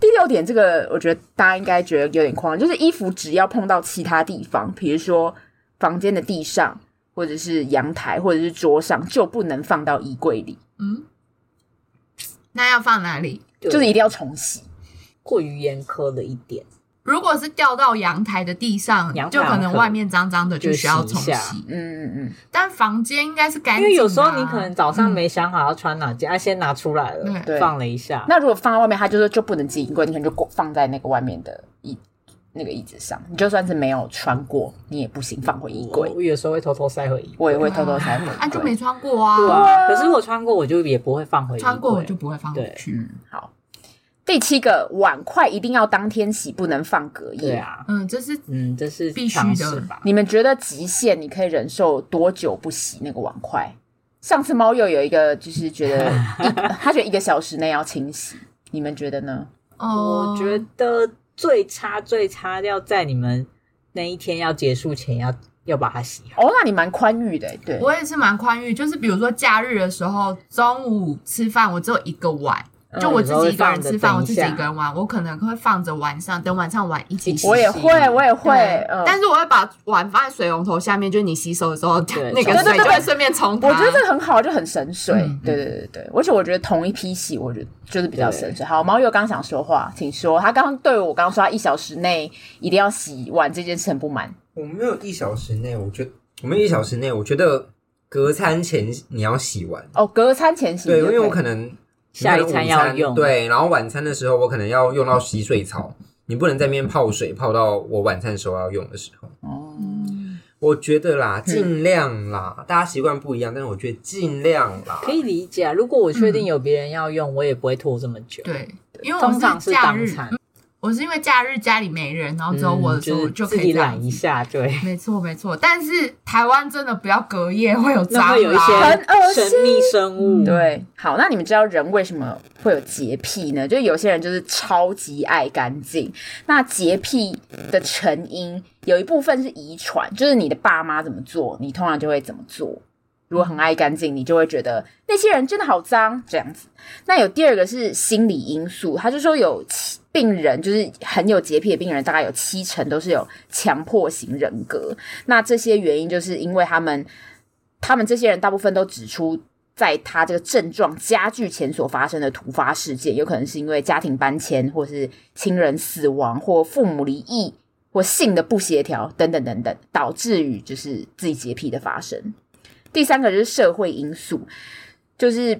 [SPEAKER 1] 第六点，这个我觉得大家应该觉得有点慌，就是衣服只要碰到其他地方，比如说房间的地上，或者是阳台，或者是桌上，就不能放到衣柜里，
[SPEAKER 3] 嗯，那要放哪里？
[SPEAKER 2] 对
[SPEAKER 1] 就是一定要重洗。
[SPEAKER 2] 过于严苛了一点，
[SPEAKER 3] 如果是掉到阳台的地上
[SPEAKER 2] 阳，台
[SPEAKER 3] 就可能外面脏脏的，就需要重
[SPEAKER 2] 就洗
[SPEAKER 3] 洗。
[SPEAKER 1] 嗯嗯嗯，
[SPEAKER 3] 但房间应该是干
[SPEAKER 2] 因
[SPEAKER 3] 净的啊，嗯
[SPEAKER 2] 为有时候你可能早上没想好要穿哪件，啊，先拿出来了，
[SPEAKER 1] 对
[SPEAKER 2] 放了一下，
[SPEAKER 1] 那如果放在外面，它就是就不能进衣柜，你可能就放在那个外面的椅那个椅子上，你就算是没有穿过，你也不行放回衣柜。
[SPEAKER 2] 我有时候会偷偷塞回衣
[SPEAKER 3] 哦
[SPEAKER 1] 我
[SPEAKER 2] 柜。
[SPEAKER 1] 也会偷偷塞回
[SPEAKER 3] 嗯啊，
[SPEAKER 1] 衣
[SPEAKER 3] 就
[SPEAKER 1] 柜
[SPEAKER 3] 没。穿过啊。
[SPEAKER 2] 对啊，可是我穿过，我就也不会放回衣柜。
[SPEAKER 3] 穿过我就不会放回
[SPEAKER 2] 对
[SPEAKER 3] 去。
[SPEAKER 1] 嗯好，第七个碗筷一定要当天洗，不能放隔夜。
[SPEAKER 2] 对啊，
[SPEAKER 3] 嗯，这是
[SPEAKER 2] 嗯，这是
[SPEAKER 3] 必须
[SPEAKER 2] 常
[SPEAKER 3] 的
[SPEAKER 2] 识吧？
[SPEAKER 1] 你们觉得极限你可以忍受多久不洗那个碗筷？上次猫又有一个就是觉得 一他觉得一个小时内要清洗，你们觉得呢？
[SPEAKER 2] 我
[SPEAKER 3] 哦，
[SPEAKER 2] 觉得最差最差要在你们那一天要结束前要要把它洗好。
[SPEAKER 1] 哦，那你蛮宽裕的欸，对，
[SPEAKER 3] 我也是蛮宽裕，就是比如说假日的时候，中午吃饭我只有一个碗，
[SPEAKER 2] 嗯
[SPEAKER 3] 就我自己一个人吃饭，我自己一个人玩，我可能会放着晚上，等晚上玩一起
[SPEAKER 2] 一
[SPEAKER 3] 洗
[SPEAKER 2] 起。
[SPEAKER 1] 我也
[SPEAKER 2] 洗
[SPEAKER 1] 会，我也会，
[SPEAKER 3] 对啊
[SPEAKER 1] 嗯，
[SPEAKER 3] 但是我会把碗放在水龙头下面，就是你洗手的时候，
[SPEAKER 2] 对
[SPEAKER 3] 那个
[SPEAKER 2] 对
[SPEAKER 3] 水
[SPEAKER 1] 对
[SPEAKER 3] 就
[SPEAKER 1] 对
[SPEAKER 3] 会顺便冲它。
[SPEAKER 1] 我觉得这个很好，就很省水。
[SPEAKER 3] 嗯
[SPEAKER 1] 对对对对，而且我觉得同一批洗，我觉得就是比较
[SPEAKER 2] 对
[SPEAKER 1] 省水。好，猫又刚想说话，请说。他刚刚对我刚刚说他一小时内一定要洗碗这件事很不满。
[SPEAKER 4] 我没有一小时内，我觉我没有一小时内，我觉得隔餐前你要洗完。
[SPEAKER 1] 哦，隔餐前洗就
[SPEAKER 4] 对，
[SPEAKER 1] 可以，
[SPEAKER 4] 因为我可能
[SPEAKER 2] 下一
[SPEAKER 4] 可能
[SPEAKER 2] 餐
[SPEAKER 4] 午
[SPEAKER 2] 要用，，
[SPEAKER 4] 对，然后晚餐的时候我可能要用到洗水槽，你不能在那边泡水泡到我晚餐的时候要用的时候。
[SPEAKER 1] 哦，
[SPEAKER 3] 嗯
[SPEAKER 4] 我觉得啦，
[SPEAKER 2] 嗯
[SPEAKER 4] 尽量啦，大家习惯不一样，但是我觉得尽量啦。
[SPEAKER 2] 可以理解啊。如果我确定有别人要用，我也不会拖这么久。，
[SPEAKER 3] 嗯对，因为我
[SPEAKER 2] 通常
[SPEAKER 3] 是
[SPEAKER 2] 是
[SPEAKER 3] 假
[SPEAKER 2] 当
[SPEAKER 3] 日，
[SPEAKER 2] 餐，
[SPEAKER 3] 我是因为假日家里没人，然后只有我的时候，
[SPEAKER 2] 嗯
[SPEAKER 3] 我
[SPEAKER 2] 就是
[SPEAKER 3] 可
[SPEAKER 2] 自
[SPEAKER 3] 以
[SPEAKER 2] 己
[SPEAKER 3] 这样
[SPEAKER 2] 懒一下，对。
[SPEAKER 3] 没错没错，但是台湾真的不要隔夜会有
[SPEAKER 2] 那
[SPEAKER 3] 蟑
[SPEAKER 2] 会有一
[SPEAKER 3] 螂，
[SPEAKER 1] 很恶
[SPEAKER 2] 些
[SPEAKER 1] 心
[SPEAKER 2] 神秘生物，
[SPEAKER 1] 对，好，那你们知道人为什么会有洁癖呢？就是有些人就是超级爱干净，那洁癖的成因有一部分是遗传，就是你的爸妈怎么做，你通常就会怎么做。如果很爱干净，你就会觉得那些人真的好脏这样子。那有第二个是心理因素，他就说有七病人就是很有洁癖的病人，大概有七成都是有强迫型人格。那这些原因就是因为他们，他们这些人大部分都指出，在他这个症状加剧前所发生的突发事件，有可能是因为家庭搬迁，或是亲人死亡，或父母离异，或性的不协调等等等等，导致于就是自己洁癖的发生。第三个就是社会因素，就是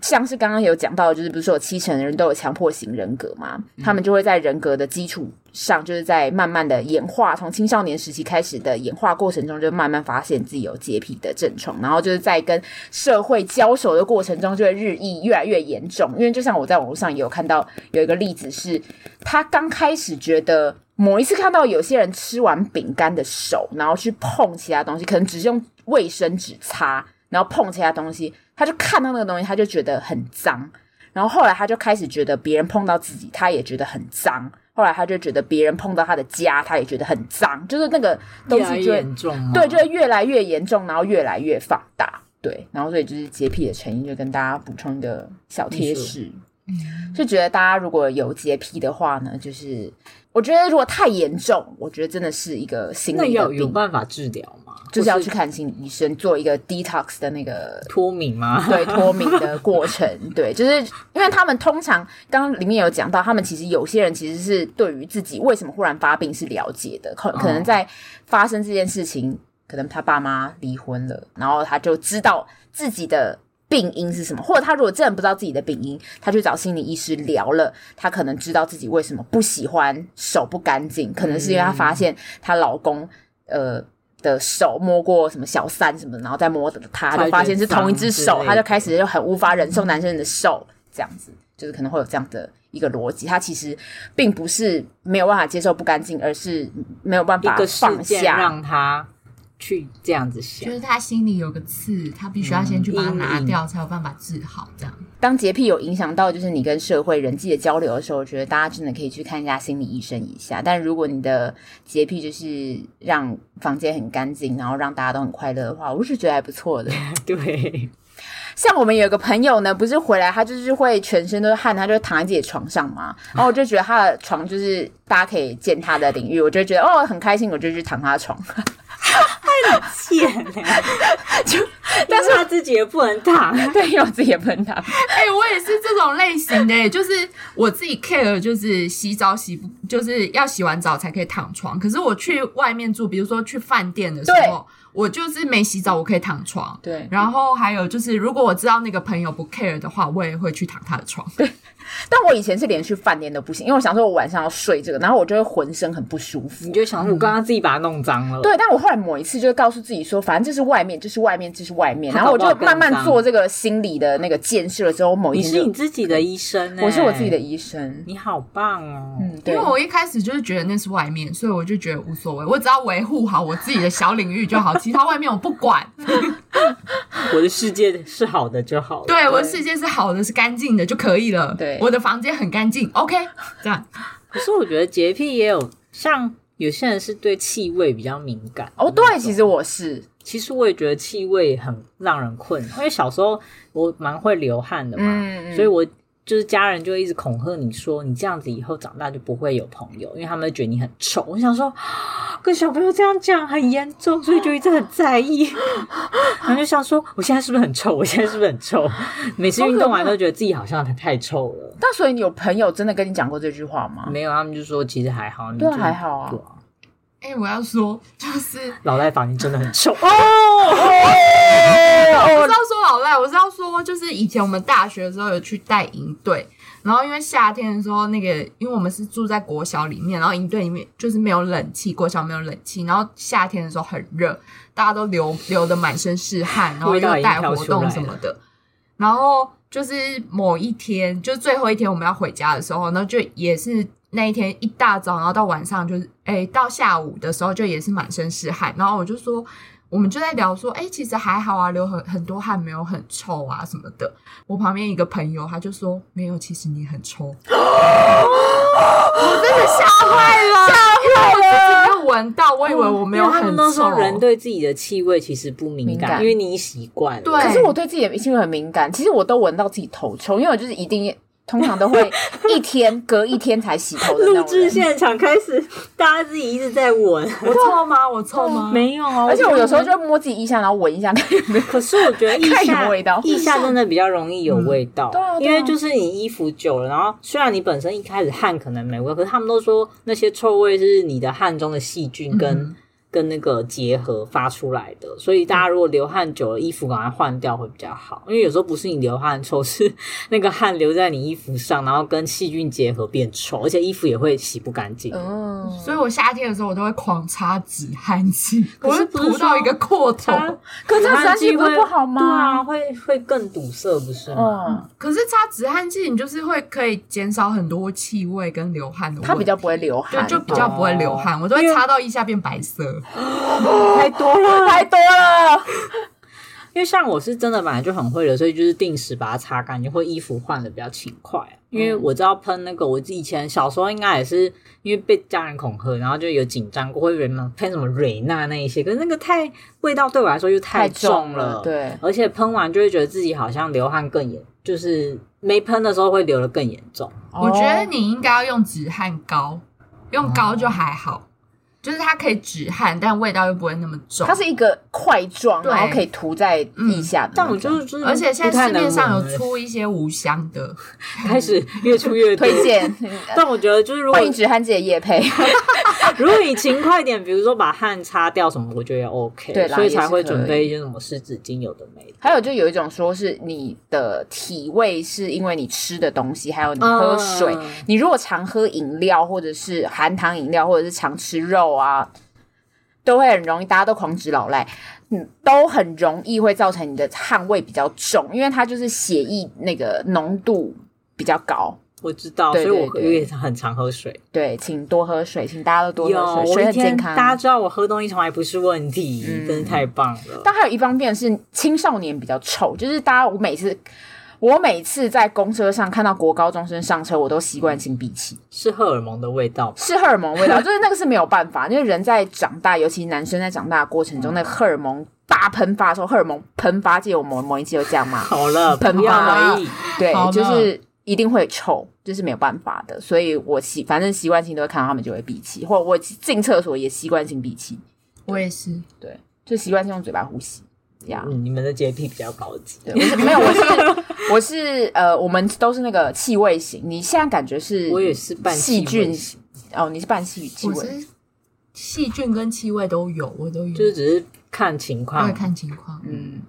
[SPEAKER 1] 像是刚刚有讲到，就是不是说有七成的人都有强迫型人格嘛？他们就会在人格的基础上，就是在慢慢的演化，从青少年时期开始的演化过程中，就慢慢发现自己有洁癖的症状，然后就是在跟社会交手的过程中，就会日益越来越严重。因为就像我在网络上也有看到有一个例子是，他刚开始觉得。某一次看到有些人吃完饼干的手，然后去碰其他东西，可能只是用卫生纸擦，然后碰其他东西，他就看到那个东西，他就觉得很脏。然后后来他就开始觉得别人碰到自己，他也觉得很脏。后来他就觉得别人碰到他的家，他也觉得很脏。就是那个东
[SPEAKER 2] 越来
[SPEAKER 1] 西就
[SPEAKER 2] 越嗯
[SPEAKER 1] 会
[SPEAKER 2] 严重啊吗？
[SPEAKER 1] 对，就会越来越严重，然后越来越放大。对，然后所以就是洁癖的成因，就跟大家补充一个小贴士，就觉得大家如果有洁癖的话呢，就是我觉得如果太严重，我觉得真的是一个心
[SPEAKER 2] 那
[SPEAKER 1] 理的
[SPEAKER 2] 有有
[SPEAKER 1] 病，
[SPEAKER 2] 办法治疗吗？
[SPEAKER 1] 就是要
[SPEAKER 2] 或
[SPEAKER 1] 去看心理医生，做一个 detox 的那个
[SPEAKER 2] 脱敏吗？
[SPEAKER 1] 对脱敏的过程， 对，就是因为他们通常刚刚里面有讲到，他们其实有些人其实是对于自己为什么忽然发病是了解的，可可能在发生这件事情可能他爸妈离婚了，然后他就知道自己的病因是什么，或者他如果真的不知道自己的病因，他去找心理医师聊了，他可能知道自己为什么不喜欢手不干净，可能是因为她发现她老公呃的手摸过什么小三什么的，然后再摸的她，
[SPEAKER 2] 才
[SPEAKER 1] 就发现是同一只手
[SPEAKER 2] 觉得脏之类，的
[SPEAKER 1] 她就开始就很无法忍受男生的手，这样子就是可能会有这样的。一个逻辑，她其实并不是没有办法接受不干净，而是没有办
[SPEAKER 2] 一
[SPEAKER 1] 法
[SPEAKER 2] 个事
[SPEAKER 1] 放
[SPEAKER 2] 件
[SPEAKER 1] 下，
[SPEAKER 2] 让他去这样子想
[SPEAKER 3] 就，是他心里有个刺，他必须要先去把它拿掉，才有办法治好。这样，
[SPEAKER 1] 当洁癖有影响到就是你跟社会人际的交流的时候，我觉得大家真的可以去看一下心理医生一下。但如果你的洁癖就是让房间很干净，然后让大家都很快乐的话，我是觉得还不错的。
[SPEAKER 2] 对，
[SPEAKER 1] 像我们有个朋友呢，不是回来他就是会全身都是汗，他就躺在自己的床上 嘛。然后我就觉得哦他的床就是大家可以见他的领域，我就觉得哦很开心，我就去躺他的 床。
[SPEAKER 2] 贱 欸
[SPEAKER 1] 但
[SPEAKER 2] 但
[SPEAKER 1] 是
[SPEAKER 2] 是他自己也不能 躺，
[SPEAKER 1] 对，因为我自己也不 能躺。
[SPEAKER 3] 哎、我也是这种类型的、欸就是我自己 care，就是洗澡洗不，就是要洗完澡才可以躺床。可是我去外面住，比如说去饭店的时候，我就是没洗澡，我可以躺床。
[SPEAKER 1] 对，
[SPEAKER 3] 然后还有就是，如果我知道那个朋友不 care 的话，我也会去躺他的床。
[SPEAKER 1] 但我以前是连去饭店都不行，因为我想说我晚上要睡这个，然后我就会浑身很不舒服
[SPEAKER 2] 你。就想说我刚刚自己把它弄脏了，
[SPEAKER 1] 对，但我后来某一次就告诉自己说，反正这是外面，这是外面，这是外面。
[SPEAKER 2] 他
[SPEAKER 1] 然后我
[SPEAKER 2] 搞不好
[SPEAKER 1] 就慢慢
[SPEAKER 2] 更脏
[SPEAKER 1] 做这个心理的那个建设之后，某一
[SPEAKER 2] 你
[SPEAKER 1] 天
[SPEAKER 2] 是
[SPEAKER 1] 就
[SPEAKER 2] 你自己的医生、欸，
[SPEAKER 1] 我是我自己的，医生。
[SPEAKER 2] 你好棒哦，
[SPEAKER 1] 嗯，
[SPEAKER 3] 因
[SPEAKER 1] 对
[SPEAKER 3] 为，我一开始就是觉得那是外面，所以我就觉得无所谓，我只要维护好我自己的小领域就好，其他外面我不管。
[SPEAKER 2] 我的世界是好的就好了，
[SPEAKER 3] 对，我的世界是好的，是干净的就可以了。
[SPEAKER 1] 对
[SPEAKER 3] 我的房间很干净，OK，这样。
[SPEAKER 2] 可是我觉得洁癖也有像有些人是对气味比较敏感
[SPEAKER 1] 哦，对，其实我是，
[SPEAKER 2] 其实我也觉得气味很让人困扰，因为小时候我蛮会流汗的嘛，
[SPEAKER 1] 嗯嗯
[SPEAKER 2] 所以我就是家人就会一直恐吓你说你这样子以后长大就不会有朋友，因为他们觉得你很臭。我想说 跟小朋友这样讲很严重，所以就一直很 在意，然后就想说我现在是不是很臭？我现在是不是很臭？每次运动完都觉得自己好像太臭了。
[SPEAKER 1] 但所以你有朋友真的跟你讲过这句话吗？
[SPEAKER 2] 没有，他们就说其实还好，你
[SPEAKER 1] 对啊
[SPEAKER 2] 就
[SPEAKER 1] 还好啊
[SPEAKER 2] 对
[SPEAKER 3] 哎、我要说，就是
[SPEAKER 2] 老赖房间真的 很臭。
[SPEAKER 1] 哦
[SPEAKER 3] 我是要说老赖，我是要说，就是以前我们大学的时候有去带营队，然后因为夏天的时候，那个因为我们是住在国小里面，然后营队里面就是没有冷气，国小没有冷气，然后夏天的时候很热，大家都流流的满身是汗，然后又带活动什么的，然后就是某一天，就是最后一天我们要回家的时候，然后就也是那一天一大早，然后到晚上就是，哎，到下午的时候就也是满身是汗，然后我就说，我们就在聊说，哎，其实还好啊，流很很多汗，没有很臭啊什么的。我旁边一个朋友他就说，没有，其实你很臭。我真的吓坏了，吓坏了！我自己没有闻到，我以为我没有
[SPEAKER 2] 因为他
[SPEAKER 3] 很
[SPEAKER 2] 们都说。
[SPEAKER 3] 臭
[SPEAKER 2] 人对自己的气味其实不敏感，
[SPEAKER 1] 敏感
[SPEAKER 2] 因为你习惯了。
[SPEAKER 3] 对
[SPEAKER 1] 可是我对自己的性味很敏感，其实我都闻到自己头臭，因为我就是一定通常都 会一天隔一天才洗头的那
[SPEAKER 2] 录
[SPEAKER 1] 种
[SPEAKER 2] 制
[SPEAKER 1] 人。
[SPEAKER 2] 现场开始，大家自己一直在闻，
[SPEAKER 3] 我臭吗？我臭吗？
[SPEAKER 2] 没有啊。
[SPEAKER 1] 而且我有时候
[SPEAKER 2] 就，
[SPEAKER 1] 就会摸自己腋下，然后闻一下，看有没有
[SPEAKER 2] 可是我觉得腋
[SPEAKER 1] 看有没
[SPEAKER 2] 下
[SPEAKER 1] 有味道
[SPEAKER 2] 腋下真的比较容易有味道，
[SPEAKER 1] 对啊对啊
[SPEAKER 2] 因为就是你衣服久了，然后虽然你本身一开始汗可能没味，可是他们都说那些臭味是你的汗中的细菌跟、
[SPEAKER 3] 嗯
[SPEAKER 2] 跟那个结合发出来的，所以大家如果流汗久了，衣服赶快换掉会比较好，因为有时候不是你流汗臭，是那个汗留在你衣服上，然后跟细菌结合变臭，而且衣服也会洗不干净。
[SPEAKER 1] 嗯，
[SPEAKER 3] 所以我夏天的时候，我都会狂擦止汗剂，
[SPEAKER 2] 可
[SPEAKER 3] 我
[SPEAKER 2] 是
[SPEAKER 3] 会
[SPEAKER 2] 不是
[SPEAKER 3] 涂到一个阔头。
[SPEAKER 2] 它
[SPEAKER 1] 哦可是这三
[SPEAKER 2] 机
[SPEAKER 1] 季不
[SPEAKER 2] 会
[SPEAKER 1] 会不好
[SPEAKER 2] 对
[SPEAKER 1] 吗？
[SPEAKER 2] 啊，会会更堵塞，不是吗？
[SPEAKER 1] 嗯。
[SPEAKER 3] 可是擦止汗剂，你就是会可以减少很多气味跟流汗的问题。
[SPEAKER 1] 它比较不会流汗，嗯
[SPEAKER 3] 对，就比较不会流汗，我都会擦到腋下变白色。
[SPEAKER 1] 嗯
[SPEAKER 2] 太多了，
[SPEAKER 1] 太多了。
[SPEAKER 2] 因为像我是真的本来就很会的，所以就是定时把它擦干净，或衣服换的比较勤快、啊因
[SPEAKER 3] 嗯
[SPEAKER 2] 为我知道喷那个，我以前小时候应该也是因为被家人恐吓，然后就有紧张过，会忍嘛喷什么蕊娜那一些，可是那个太味道对我来说又
[SPEAKER 1] 太
[SPEAKER 2] 重
[SPEAKER 1] 重了对
[SPEAKER 2] 而且喷完就会觉得自己好像流汗更严，就是没喷的时候会流的更严重。
[SPEAKER 3] 我觉得你应该要用止汗
[SPEAKER 2] 哦
[SPEAKER 3] 膏，用膏就还好，就是它可以止汗，但味道又不会那么重。
[SPEAKER 1] 哦它是一个块状，
[SPEAKER 3] 对
[SPEAKER 1] 然后可以涂在腋下的那种。
[SPEAKER 2] 但我就是就是
[SPEAKER 3] 而且现
[SPEAKER 2] 不
[SPEAKER 3] 在
[SPEAKER 2] 太
[SPEAKER 3] 市
[SPEAKER 2] 能
[SPEAKER 3] 面上有
[SPEAKER 2] 闻
[SPEAKER 3] 出一些无香的，
[SPEAKER 2] 开始越出越多
[SPEAKER 1] 推荐嗯
[SPEAKER 2] 但我觉得就是如果
[SPEAKER 1] 欢迎止汗剂的叶配，
[SPEAKER 2] 如果你勤快点，比如说把汗擦掉什么，我觉得 OK，
[SPEAKER 1] 对啦
[SPEAKER 2] 所以才会
[SPEAKER 1] 也是可以
[SPEAKER 2] 准备一些什么湿纸巾，有的没的。
[SPEAKER 1] 还有就有一种说是你的体味是因为你吃的东西，还有你喝水。
[SPEAKER 2] 嗯
[SPEAKER 1] 你如果常喝饮料，或者是含糖饮料，或者是常吃肉啊，都会很容易，大家都狂指老赖，嗯，都很容易会造成你的汗味比较重，因为它就是血液那个浓度比较高。
[SPEAKER 2] 我知道，
[SPEAKER 1] 对
[SPEAKER 2] 所以我
[SPEAKER 1] 对对
[SPEAKER 2] 有点很常喝水。
[SPEAKER 1] 对，请多喝水，请大家都多
[SPEAKER 2] 有，
[SPEAKER 1] 喝水，
[SPEAKER 2] 我
[SPEAKER 1] 水
[SPEAKER 2] 一
[SPEAKER 1] 很健
[SPEAKER 2] 天
[SPEAKER 1] 康。
[SPEAKER 2] 大家知道我喝东西从来不是问题，
[SPEAKER 1] 嗯
[SPEAKER 2] 真是太棒了。
[SPEAKER 1] 但还有一方面是青少年比较臭，就是大家我每次我每次在公车上看到国高中生上车，我都习惯性闭气，
[SPEAKER 2] 是荷尔蒙的味道吧，
[SPEAKER 1] 是荷尔蒙味 道，就是那个是没有办法，因为人在长大，尤其男生在长大的过程中，那个荷尔蒙大喷发的时候，荷尔蒙喷发界，我某某一季有讲嘛，
[SPEAKER 2] 好 了，
[SPEAKER 1] 喷
[SPEAKER 2] 不要
[SPEAKER 1] 发
[SPEAKER 2] 回忆。
[SPEAKER 1] 对
[SPEAKER 3] 好，呢
[SPEAKER 1] 就是一定会臭，这是没有办法的，所以我习反正习惯性都会看到他们就会闭气，或我进厕所也习惯性闭气，
[SPEAKER 3] 我也是，
[SPEAKER 1] 对，就习惯性用嘴巴呼吸，这样。
[SPEAKER 2] 嗯，你们的洁癖比较高级。
[SPEAKER 1] 对，我 是没有，我是我是呃，我们都是那个气味型。你现在感觉是？
[SPEAKER 2] 我也是半
[SPEAKER 1] 细
[SPEAKER 2] 气味
[SPEAKER 1] 菌
[SPEAKER 2] 型
[SPEAKER 1] 哦，你是半细气
[SPEAKER 3] 我
[SPEAKER 1] 味。
[SPEAKER 3] 是细菌跟气味都有，我都有，
[SPEAKER 2] 就是只是看情
[SPEAKER 3] 我
[SPEAKER 2] 况
[SPEAKER 3] 也，看情况。
[SPEAKER 1] 嗯，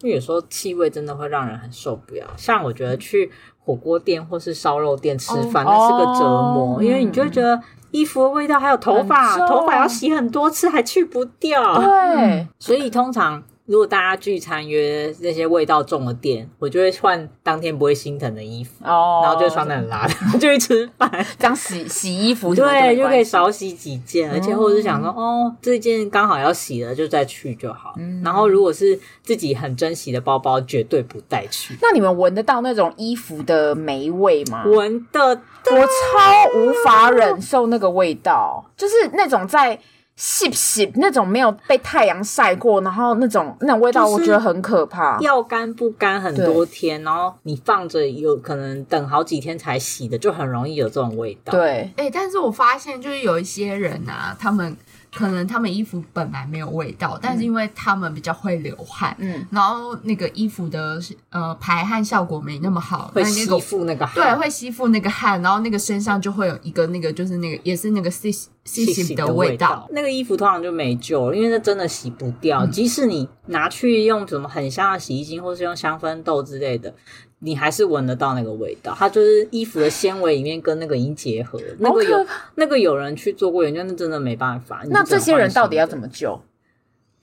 [SPEAKER 2] 因为有时候气味真的会让人很受不了。像我觉得去火锅店或是烧肉店吃饭，
[SPEAKER 1] 哦
[SPEAKER 2] 那是个折磨，
[SPEAKER 1] 哦
[SPEAKER 2] 因为你就会觉得衣服的味道，还有头发
[SPEAKER 1] 很，重哦
[SPEAKER 2] 头发要洗很多次还去不掉。
[SPEAKER 1] 对，
[SPEAKER 2] 所以通常如果大家聚餐约那些味道重的店，我就会换当天不会心疼的衣服，
[SPEAKER 1] 哦，
[SPEAKER 2] 然后就穿的很邋遢， 就去吃 饭。
[SPEAKER 1] 这样洗洗衣服什么
[SPEAKER 2] 对，
[SPEAKER 1] 哦就没
[SPEAKER 2] 就
[SPEAKER 1] 关
[SPEAKER 2] 可以
[SPEAKER 1] 系。嗯
[SPEAKER 2] 少洗几件，而且或者是想说，哦，这件刚好要洗了，就再去就好。
[SPEAKER 1] 嗯
[SPEAKER 2] 然后如果是自己很珍惜的包包，绝对不带去，
[SPEAKER 1] 那你们闻得到那种衣服的霉味吗？
[SPEAKER 2] 闻的
[SPEAKER 1] 我超无法忍受那个味道，就是那种在。洗洗那种没有被太阳晒过，然后那种那种味道，
[SPEAKER 2] 就是
[SPEAKER 1] 我觉得很可怕。
[SPEAKER 2] 要干不干很多天，然后你放着有可能等好几天才洗的，就很容易有这种味道。，
[SPEAKER 1] 对，
[SPEAKER 3] 哎、但是我发现就是有一些人啊，他们可能他们衣服本来没有味
[SPEAKER 2] 嗯
[SPEAKER 3] 道，但是因为他们比较会流汗，
[SPEAKER 1] 嗯，
[SPEAKER 3] 然后那个衣服的呃排汗效果没那么好，
[SPEAKER 2] 会
[SPEAKER 3] 那那个
[SPEAKER 2] 吸附那个
[SPEAKER 3] 对，
[SPEAKER 2] 汗。
[SPEAKER 3] 会吸附那个汗，然后那个身上就会有一个那个就是那个也是那个细细
[SPEAKER 2] 洗
[SPEAKER 3] 细
[SPEAKER 2] 的
[SPEAKER 3] 的味
[SPEAKER 2] 道
[SPEAKER 3] 道，，
[SPEAKER 2] 那个衣服通常就没救了，因为它真的洗不掉。
[SPEAKER 1] 嗯
[SPEAKER 2] 即使你拿去用什么很香的洗衣精，或是用香氛豆之类的，你还是闻得到那个味道。它就是衣服的纤维里面跟那个已经结合了。那
[SPEAKER 1] 好
[SPEAKER 2] 个
[SPEAKER 1] 可
[SPEAKER 2] 有
[SPEAKER 1] 怕。
[SPEAKER 2] 那个有人去做过研究，那真的没办法。
[SPEAKER 1] 那这些人到底要怎
[SPEAKER 2] 么？
[SPEAKER 1] 么救？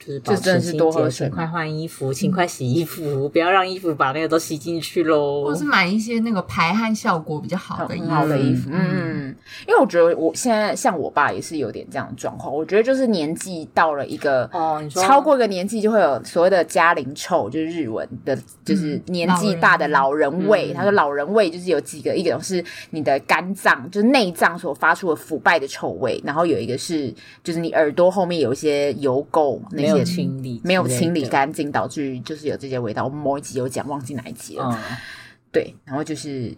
[SPEAKER 2] 就是保
[SPEAKER 1] 就
[SPEAKER 2] 持
[SPEAKER 1] 真的是
[SPEAKER 2] 清
[SPEAKER 1] 多啊
[SPEAKER 2] 洁
[SPEAKER 1] 喝水
[SPEAKER 2] 勤
[SPEAKER 1] 嘛
[SPEAKER 2] 快换衣服，勤快洗衣服，不要让衣服把那个都吸进去喽。
[SPEAKER 3] 或是买一些那个排汗效果比较好的衣
[SPEAKER 1] 很
[SPEAKER 3] 服。
[SPEAKER 1] 好的衣服，
[SPEAKER 3] 嗯
[SPEAKER 1] 嗯，因为我觉得我现在像我爸也是有点这样的状况，我觉得就是年纪到了一个
[SPEAKER 2] 哦，你说
[SPEAKER 1] 超过一个年纪就会有所谓的家龄臭，就是日文的，就是年纪大的老人味。嗯他说嗯老人味就是有几个，一种是你的肝脏，就是内脏所发出的腐败的臭味，然后有一个是就是你耳朵后面有一些油垢那
[SPEAKER 2] 没有
[SPEAKER 1] 些。
[SPEAKER 2] 清理，
[SPEAKER 1] 没有清理。干净，导致就是有这些味道。我们某一集有讲，忘记哪一集了。
[SPEAKER 2] 嗯，
[SPEAKER 1] 对，然后就是，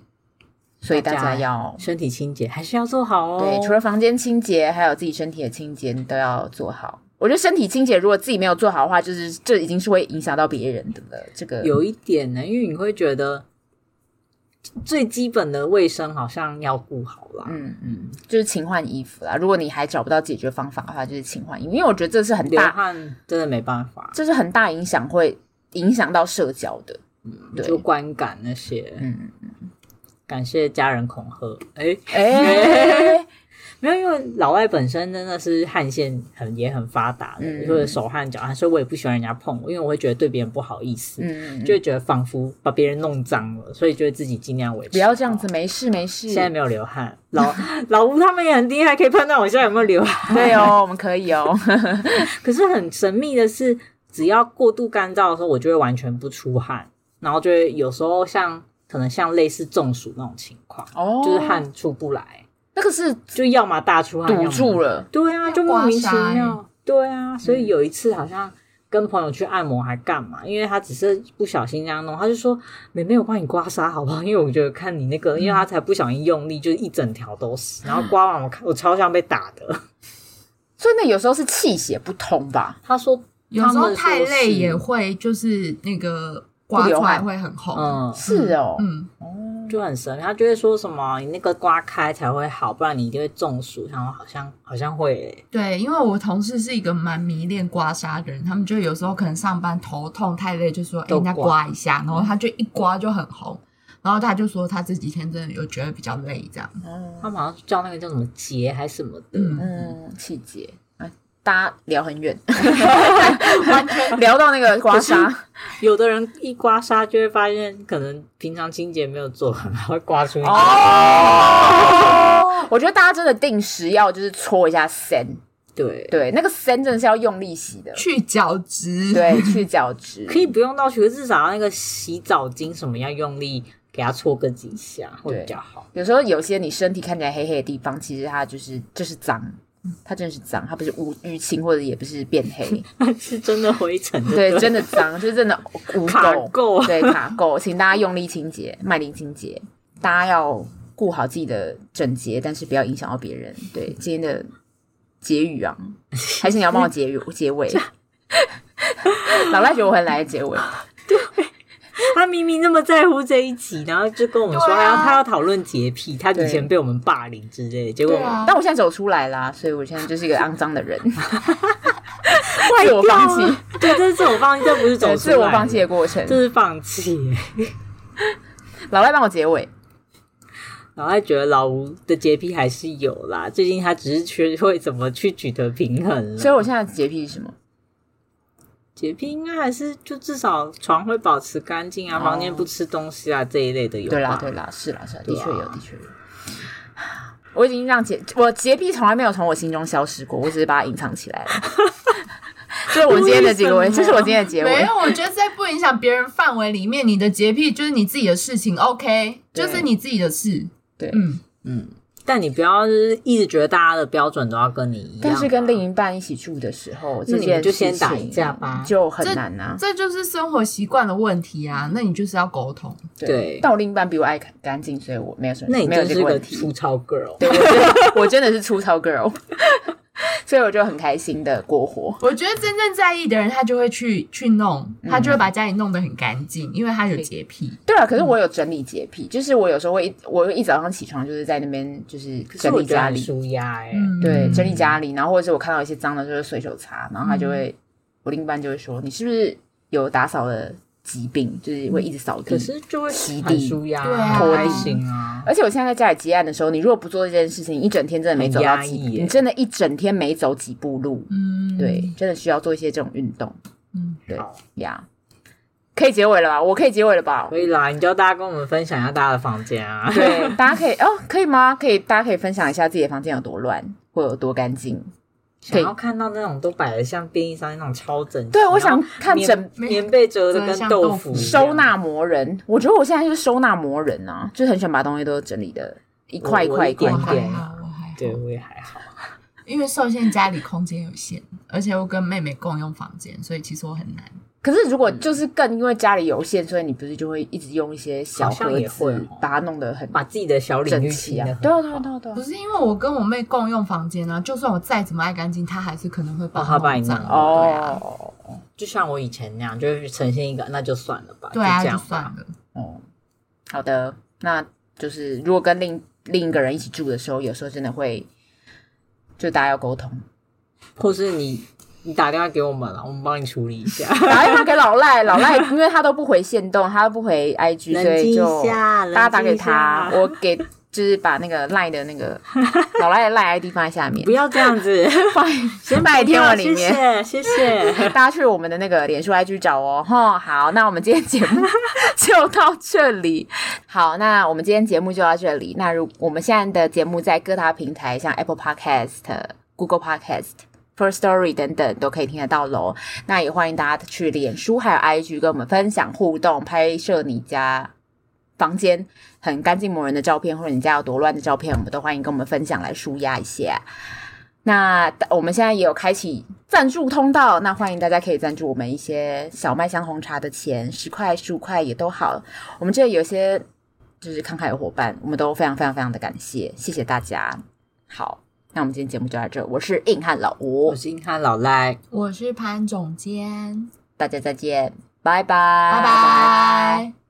[SPEAKER 1] 所以大
[SPEAKER 2] 大
[SPEAKER 1] 家
[SPEAKER 2] 家
[SPEAKER 1] 要
[SPEAKER 2] 身体清洁还是要做好哦。
[SPEAKER 1] 对，除了房间清洁，还有自己身体的清洁，你都要做好。我觉得身体清洁如果自己没有做好的话，就是这已经是会影响到别人的了。这个
[SPEAKER 2] 有一点呢，因为你会觉得最基本的卫生好像要顾好啦。
[SPEAKER 1] 嗯嗯，就是勤换衣服啦。如果你还找不到解决方法的话，就是勤换衣服，因为我觉得这是很
[SPEAKER 2] 流
[SPEAKER 1] 大，
[SPEAKER 2] 汗真的没办法，
[SPEAKER 1] 这是很大影响，会影响到社交的。对
[SPEAKER 2] 嗯就观感那些。
[SPEAKER 1] 嗯，
[SPEAKER 2] 感谢家人恐吓。 哎，
[SPEAKER 1] 哎、
[SPEAKER 2] 没有，因为老外本身真的是汗腺很也很发达的，
[SPEAKER 1] 嗯
[SPEAKER 2] 或者手汗脚汗，所以我也不喜欢人家碰我，因为我会觉得对别人不好意思，
[SPEAKER 1] 嗯，
[SPEAKER 2] 就
[SPEAKER 1] 就
[SPEAKER 2] 会觉得仿佛把别人弄脏了，所以就会自己尽量维持。
[SPEAKER 1] 不要这样子，。没事没事。
[SPEAKER 2] 现在没有流汗，老老吴他们也很厉害，可以判断我现在有没有 流 汗。
[SPEAKER 1] 对哦，我们可以哦。
[SPEAKER 2] 可是很神秘的是，只要过度干燥的时候，我就会完全不出汗，然后就会有时候像可能像类似中暑那种情况，
[SPEAKER 1] 哦，
[SPEAKER 2] 就是汗出不来，
[SPEAKER 1] 那个是
[SPEAKER 2] 就要么大出汗，
[SPEAKER 1] 堵
[SPEAKER 2] 要么
[SPEAKER 1] 住了，
[SPEAKER 2] 对啊，就莫
[SPEAKER 3] 刮
[SPEAKER 2] 名其
[SPEAKER 3] 痧欸嗯
[SPEAKER 2] 妙。对啊，所以有一次好像跟朋友去按摩还干嘛，因为他只是不小心这样弄，他就说：“妹妹，我帮你刮痧好不 好？”因为我觉得看你那个，因为他才不小心用力，就一整条都是。然后刮完我看我超像被打 的。
[SPEAKER 1] 所以那有时候是气血不通吧？
[SPEAKER 2] 他说
[SPEAKER 3] 有时候太累也
[SPEAKER 2] 会，
[SPEAKER 3] 会就是那个刮
[SPEAKER 1] 不流
[SPEAKER 3] 出来
[SPEAKER 1] 汗
[SPEAKER 3] 会很红。
[SPEAKER 2] 嗯，
[SPEAKER 1] 是哦，
[SPEAKER 3] 嗯，
[SPEAKER 1] 哦，
[SPEAKER 2] 就很神。他就会说什么你那个刮开才会好，不然你一定会中暑。然后好像好像会、欸，
[SPEAKER 3] 对，因为我同事是一个蛮迷恋刮痧的人，他们就有时候可能上班头痛太累，就说哎、
[SPEAKER 2] 都
[SPEAKER 3] 那
[SPEAKER 2] 刮
[SPEAKER 3] 刮一下，然后他就一刮就很红，然后他就说他这几天真的有觉得比较累这样。
[SPEAKER 2] 他们好像叫那个叫什么结还是什么的，
[SPEAKER 3] 嗯
[SPEAKER 1] 嗯，气节。哎大家聊很 远，
[SPEAKER 3] 完全
[SPEAKER 1] 聊到那个刮痧，
[SPEAKER 2] 有的人一刮痧就会发现，可能平常清洁没有做好，然后会刮出那个。
[SPEAKER 1] 哦，我觉得大家真的定时要就是搓一下身，
[SPEAKER 2] 对，
[SPEAKER 1] 对，那个身真的是要用力洗的，
[SPEAKER 3] 去角质，，
[SPEAKER 1] 对，去角质，
[SPEAKER 2] 可以不用到学，至少那个洗澡巾什么要用力给它搓个几下会比较好。
[SPEAKER 1] 有时候有些你身体看起来黑黑的地方，其实它就是就是脏，它真的是脏，它不是无淤青或者也不是变黑，
[SPEAKER 2] 是真的灰尘的，
[SPEAKER 1] 对，真的脏，就是真的污
[SPEAKER 2] 卡
[SPEAKER 1] 垢，
[SPEAKER 2] 垢。
[SPEAKER 1] 对卡垢，请大家用力清洁，麦林清洁，大家要顾好自己的整洁，但是不要影响到别人。对今天的结语啊，还是你要帮我结语结尾？老赖觉得我很来结尾，
[SPEAKER 2] 他明明那么在乎这一集，然后就跟我们说
[SPEAKER 3] 对啊
[SPEAKER 2] 他要他要讨论洁癖，他
[SPEAKER 1] 对
[SPEAKER 2] 以前被我们霸凌之类，结果
[SPEAKER 3] 对啊
[SPEAKER 1] 但我现在走出来啦，所以我现在就是一个肮脏的 人，自我放弃，
[SPEAKER 2] 对，这是自我放弃，这不是啊走
[SPEAKER 1] 对
[SPEAKER 2] 出
[SPEAKER 1] 自
[SPEAKER 2] 来，
[SPEAKER 1] 我放弃的，过程
[SPEAKER 2] 这。是放弃。
[SPEAKER 1] 老赖帮我结尾，
[SPEAKER 2] 然后他觉得老吴的洁癖还是有啦，最近他只是学会怎么去取得平衡了。
[SPEAKER 1] 所以我现在的洁癖是什么？
[SPEAKER 2] 洁癖应该还是就至少床会保持干净啊，
[SPEAKER 1] 哦
[SPEAKER 2] 房间不吃东西啊这一类的有
[SPEAKER 1] 对啦
[SPEAKER 2] 吧，
[SPEAKER 1] 对啦，是啦，是啦，的
[SPEAKER 2] 对啊
[SPEAKER 1] 确有，的确有。 我已经让洁，我洁癖从来没有从我心中消失过，我只是把它隐藏起来 了。这是我今天的结
[SPEAKER 2] 为
[SPEAKER 1] 尾，
[SPEAKER 2] 什么
[SPEAKER 1] 这是我今天的结
[SPEAKER 3] 没
[SPEAKER 1] 尾
[SPEAKER 3] 有，。我觉得在不影响别人范围里面，你的洁癖就是你自己的事情，OK，
[SPEAKER 1] 对
[SPEAKER 3] 就是你自己的事，
[SPEAKER 1] 对
[SPEAKER 3] 嗯，
[SPEAKER 2] 但你不要就是一直觉得大家的标准都要跟你一样啊，
[SPEAKER 1] 但是跟另一半一起住的时候，
[SPEAKER 2] 那
[SPEAKER 1] 这
[SPEAKER 2] 你们
[SPEAKER 1] 件
[SPEAKER 2] 就先
[SPEAKER 1] 事
[SPEAKER 2] 打
[SPEAKER 1] 情
[SPEAKER 2] 一架吧
[SPEAKER 1] 就很难啊。
[SPEAKER 3] 这就是生活习惯的问题啊，那你就是要沟通。
[SPEAKER 2] 对
[SPEAKER 1] 但我另一半比我爱干干净，所以我没有什么，
[SPEAKER 2] 那你
[SPEAKER 1] 没有
[SPEAKER 2] 真
[SPEAKER 1] 这
[SPEAKER 2] 是
[SPEAKER 1] 问
[SPEAKER 2] 个
[SPEAKER 1] 题。
[SPEAKER 2] 粗糙 girl。
[SPEAKER 1] 对，我真的 我真的是粗糙 girl，所以我就很开心的过活。
[SPEAKER 3] 我觉得真正在意的人，他就会去去弄，
[SPEAKER 2] 嗯
[SPEAKER 3] 他就会把家里弄得很干净，因为他有洁癖。
[SPEAKER 1] 对啊，可是
[SPEAKER 2] 嗯
[SPEAKER 1] 我有整理洁癖，就是我有时候会一，我一早上起床就是在那边就是
[SPEAKER 2] 可是
[SPEAKER 1] 整
[SPEAKER 2] 我
[SPEAKER 1] 理
[SPEAKER 2] 觉得
[SPEAKER 1] 家
[SPEAKER 2] 很
[SPEAKER 1] 里，
[SPEAKER 2] 舒压哎，
[SPEAKER 3] 嗯，
[SPEAKER 1] 对，整理家里，然后或者是我看到一些脏的，就是随手擦，然后他就会，
[SPEAKER 2] 嗯
[SPEAKER 1] 我另一半就会说，你是不是有打扫的疾病，就是会一直扫地
[SPEAKER 2] 可。是就会
[SPEAKER 1] 洗
[SPEAKER 2] 很
[SPEAKER 1] 地
[SPEAKER 2] 舒压，
[SPEAKER 3] 对啊
[SPEAKER 2] 很
[SPEAKER 1] 拖
[SPEAKER 2] 开
[SPEAKER 1] 地
[SPEAKER 2] 心啊。
[SPEAKER 1] 而且我现在在家里接案的时候，你如果不做这件事情，你一整天真的没走到
[SPEAKER 2] 很
[SPEAKER 1] 几，
[SPEAKER 2] 压抑耶
[SPEAKER 1] 你真的一整天没走几步路，
[SPEAKER 3] 嗯，
[SPEAKER 1] 对，真的需要做一些这种运动
[SPEAKER 3] 嗯，
[SPEAKER 1] 对
[SPEAKER 2] 好
[SPEAKER 1] 呀。可以结尾了吧？我可以结尾了吧
[SPEAKER 2] 可？以啦，你叫大家跟我们分享一下大家的房间啊。
[SPEAKER 1] 对，大家可以哦，可以吗？可以，大家可以分享一下自己的房间有多乱，或有多干净。可
[SPEAKER 2] 想
[SPEAKER 1] 以
[SPEAKER 2] 要看到那种都摆的像便利商店那种超整齐，
[SPEAKER 1] 对，我
[SPEAKER 2] 然
[SPEAKER 1] 想
[SPEAKER 2] 后
[SPEAKER 1] 看
[SPEAKER 2] 棉
[SPEAKER 1] 整
[SPEAKER 2] 棉被折的
[SPEAKER 3] 真的
[SPEAKER 2] 跟
[SPEAKER 3] 像
[SPEAKER 2] 豆
[SPEAKER 3] 豆
[SPEAKER 2] 腐
[SPEAKER 3] 腐
[SPEAKER 2] 一样
[SPEAKER 1] 收纳魔人，我觉得我现在就是收纳魔人啊，就是很喜欢把东西都整理的一块一块一块
[SPEAKER 3] 我
[SPEAKER 1] 一
[SPEAKER 2] 我
[SPEAKER 1] 块
[SPEAKER 2] 一。
[SPEAKER 3] 还
[SPEAKER 2] 点
[SPEAKER 3] 好，我还好
[SPEAKER 2] 对，我也还好。
[SPEAKER 3] 因为受限家里空间有限，而且我跟妹妹共用房间，所以其实我很难。
[SPEAKER 1] 可是如果就是更因为家里有限，所以你不是就会一直用一些小
[SPEAKER 2] 好像
[SPEAKER 1] 盒
[SPEAKER 2] 也会
[SPEAKER 1] 子
[SPEAKER 2] 哦
[SPEAKER 1] 把它弄得很
[SPEAKER 2] 把自己的小领
[SPEAKER 1] 整
[SPEAKER 2] 域
[SPEAKER 1] 齐
[SPEAKER 2] 清
[SPEAKER 1] 啊
[SPEAKER 2] 的。
[SPEAKER 1] 对啊，对啊，对啊，对啊
[SPEAKER 3] 不。是因为我跟我妹共用房间啊，就算我再怎么爱干净，她还是可能会把
[SPEAKER 2] 哦她把
[SPEAKER 3] 弄
[SPEAKER 2] 你弄
[SPEAKER 3] 脏。
[SPEAKER 2] 好
[SPEAKER 3] 对啊，
[SPEAKER 1] 哦
[SPEAKER 2] 就像我以前那样，就会呈现一个那就算了吧，
[SPEAKER 3] 对啊，
[SPEAKER 2] 这
[SPEAKER 3] 就
[SPEAKER 2] 样吧
[SPEAKER 3] 算了。
[SPEAKER 1] 哦，好的，那就是如果跟另另一个人一起住的时候，有时候真的会就大家要沟通，
[SPEAKER 2] 或是你你打电话给我们了，我们帮你处理一 下，
[SPEAKER 1] 打电话给老赖，老赖因为他都不回线动，他都不回 IG，所
[SPEAKER 2] 冷静
[SPEAKER 1] 以就
[SPEAKER 2] 一下，
[SPEAKER 1] 大家打给他
[SPEAKER 2] 冷，静一下
[SPEAKER 1] 我给就是把那个赖的那个老赖的赖 ID 放在下面
[SPEAKER 2] 不，要这 样子，
[SPEAKER 1] 放先摆天文里面。
[SPEAKER 2] 谢谢谢谢，
[SPEAKER 1] 大家去我们的那个脸书 IG 找哦，吼，好，那我们今天节目 就到这里。好，那我们今天节目就到这里。那如我们现在的节目在各大平台，像 Apple Podcast、Google Podcast、First Story 等等都可以听得到喽。那也欢迎大家去脸书还有 IG 跟我们分享互动，拍摄你家房间很干净磨人的照片，或者你家有多乱的照片，我们都欢迎跟我们分享来舒压一下。那我们现在也有开启赞助通道，那欢迎大家可以赞助我们一些小麦香红茶的钱，十块、十五块也都好。我们这里有些就是慷慨的伙伴，我们都非常非常非常的感谢，谢谢大家。好，那我们今天节目就到这，我是硬汉老吴
[SPEAKER 2] 我，是硬汉老赖，
[SPEAKER 3] 我是潘总监，
[SPEAKER 1] 大家再见，拜拜，
[SPEAKER 3] 拜
[SPEAKER 1] 拜
[SPEAKER 3] 拜。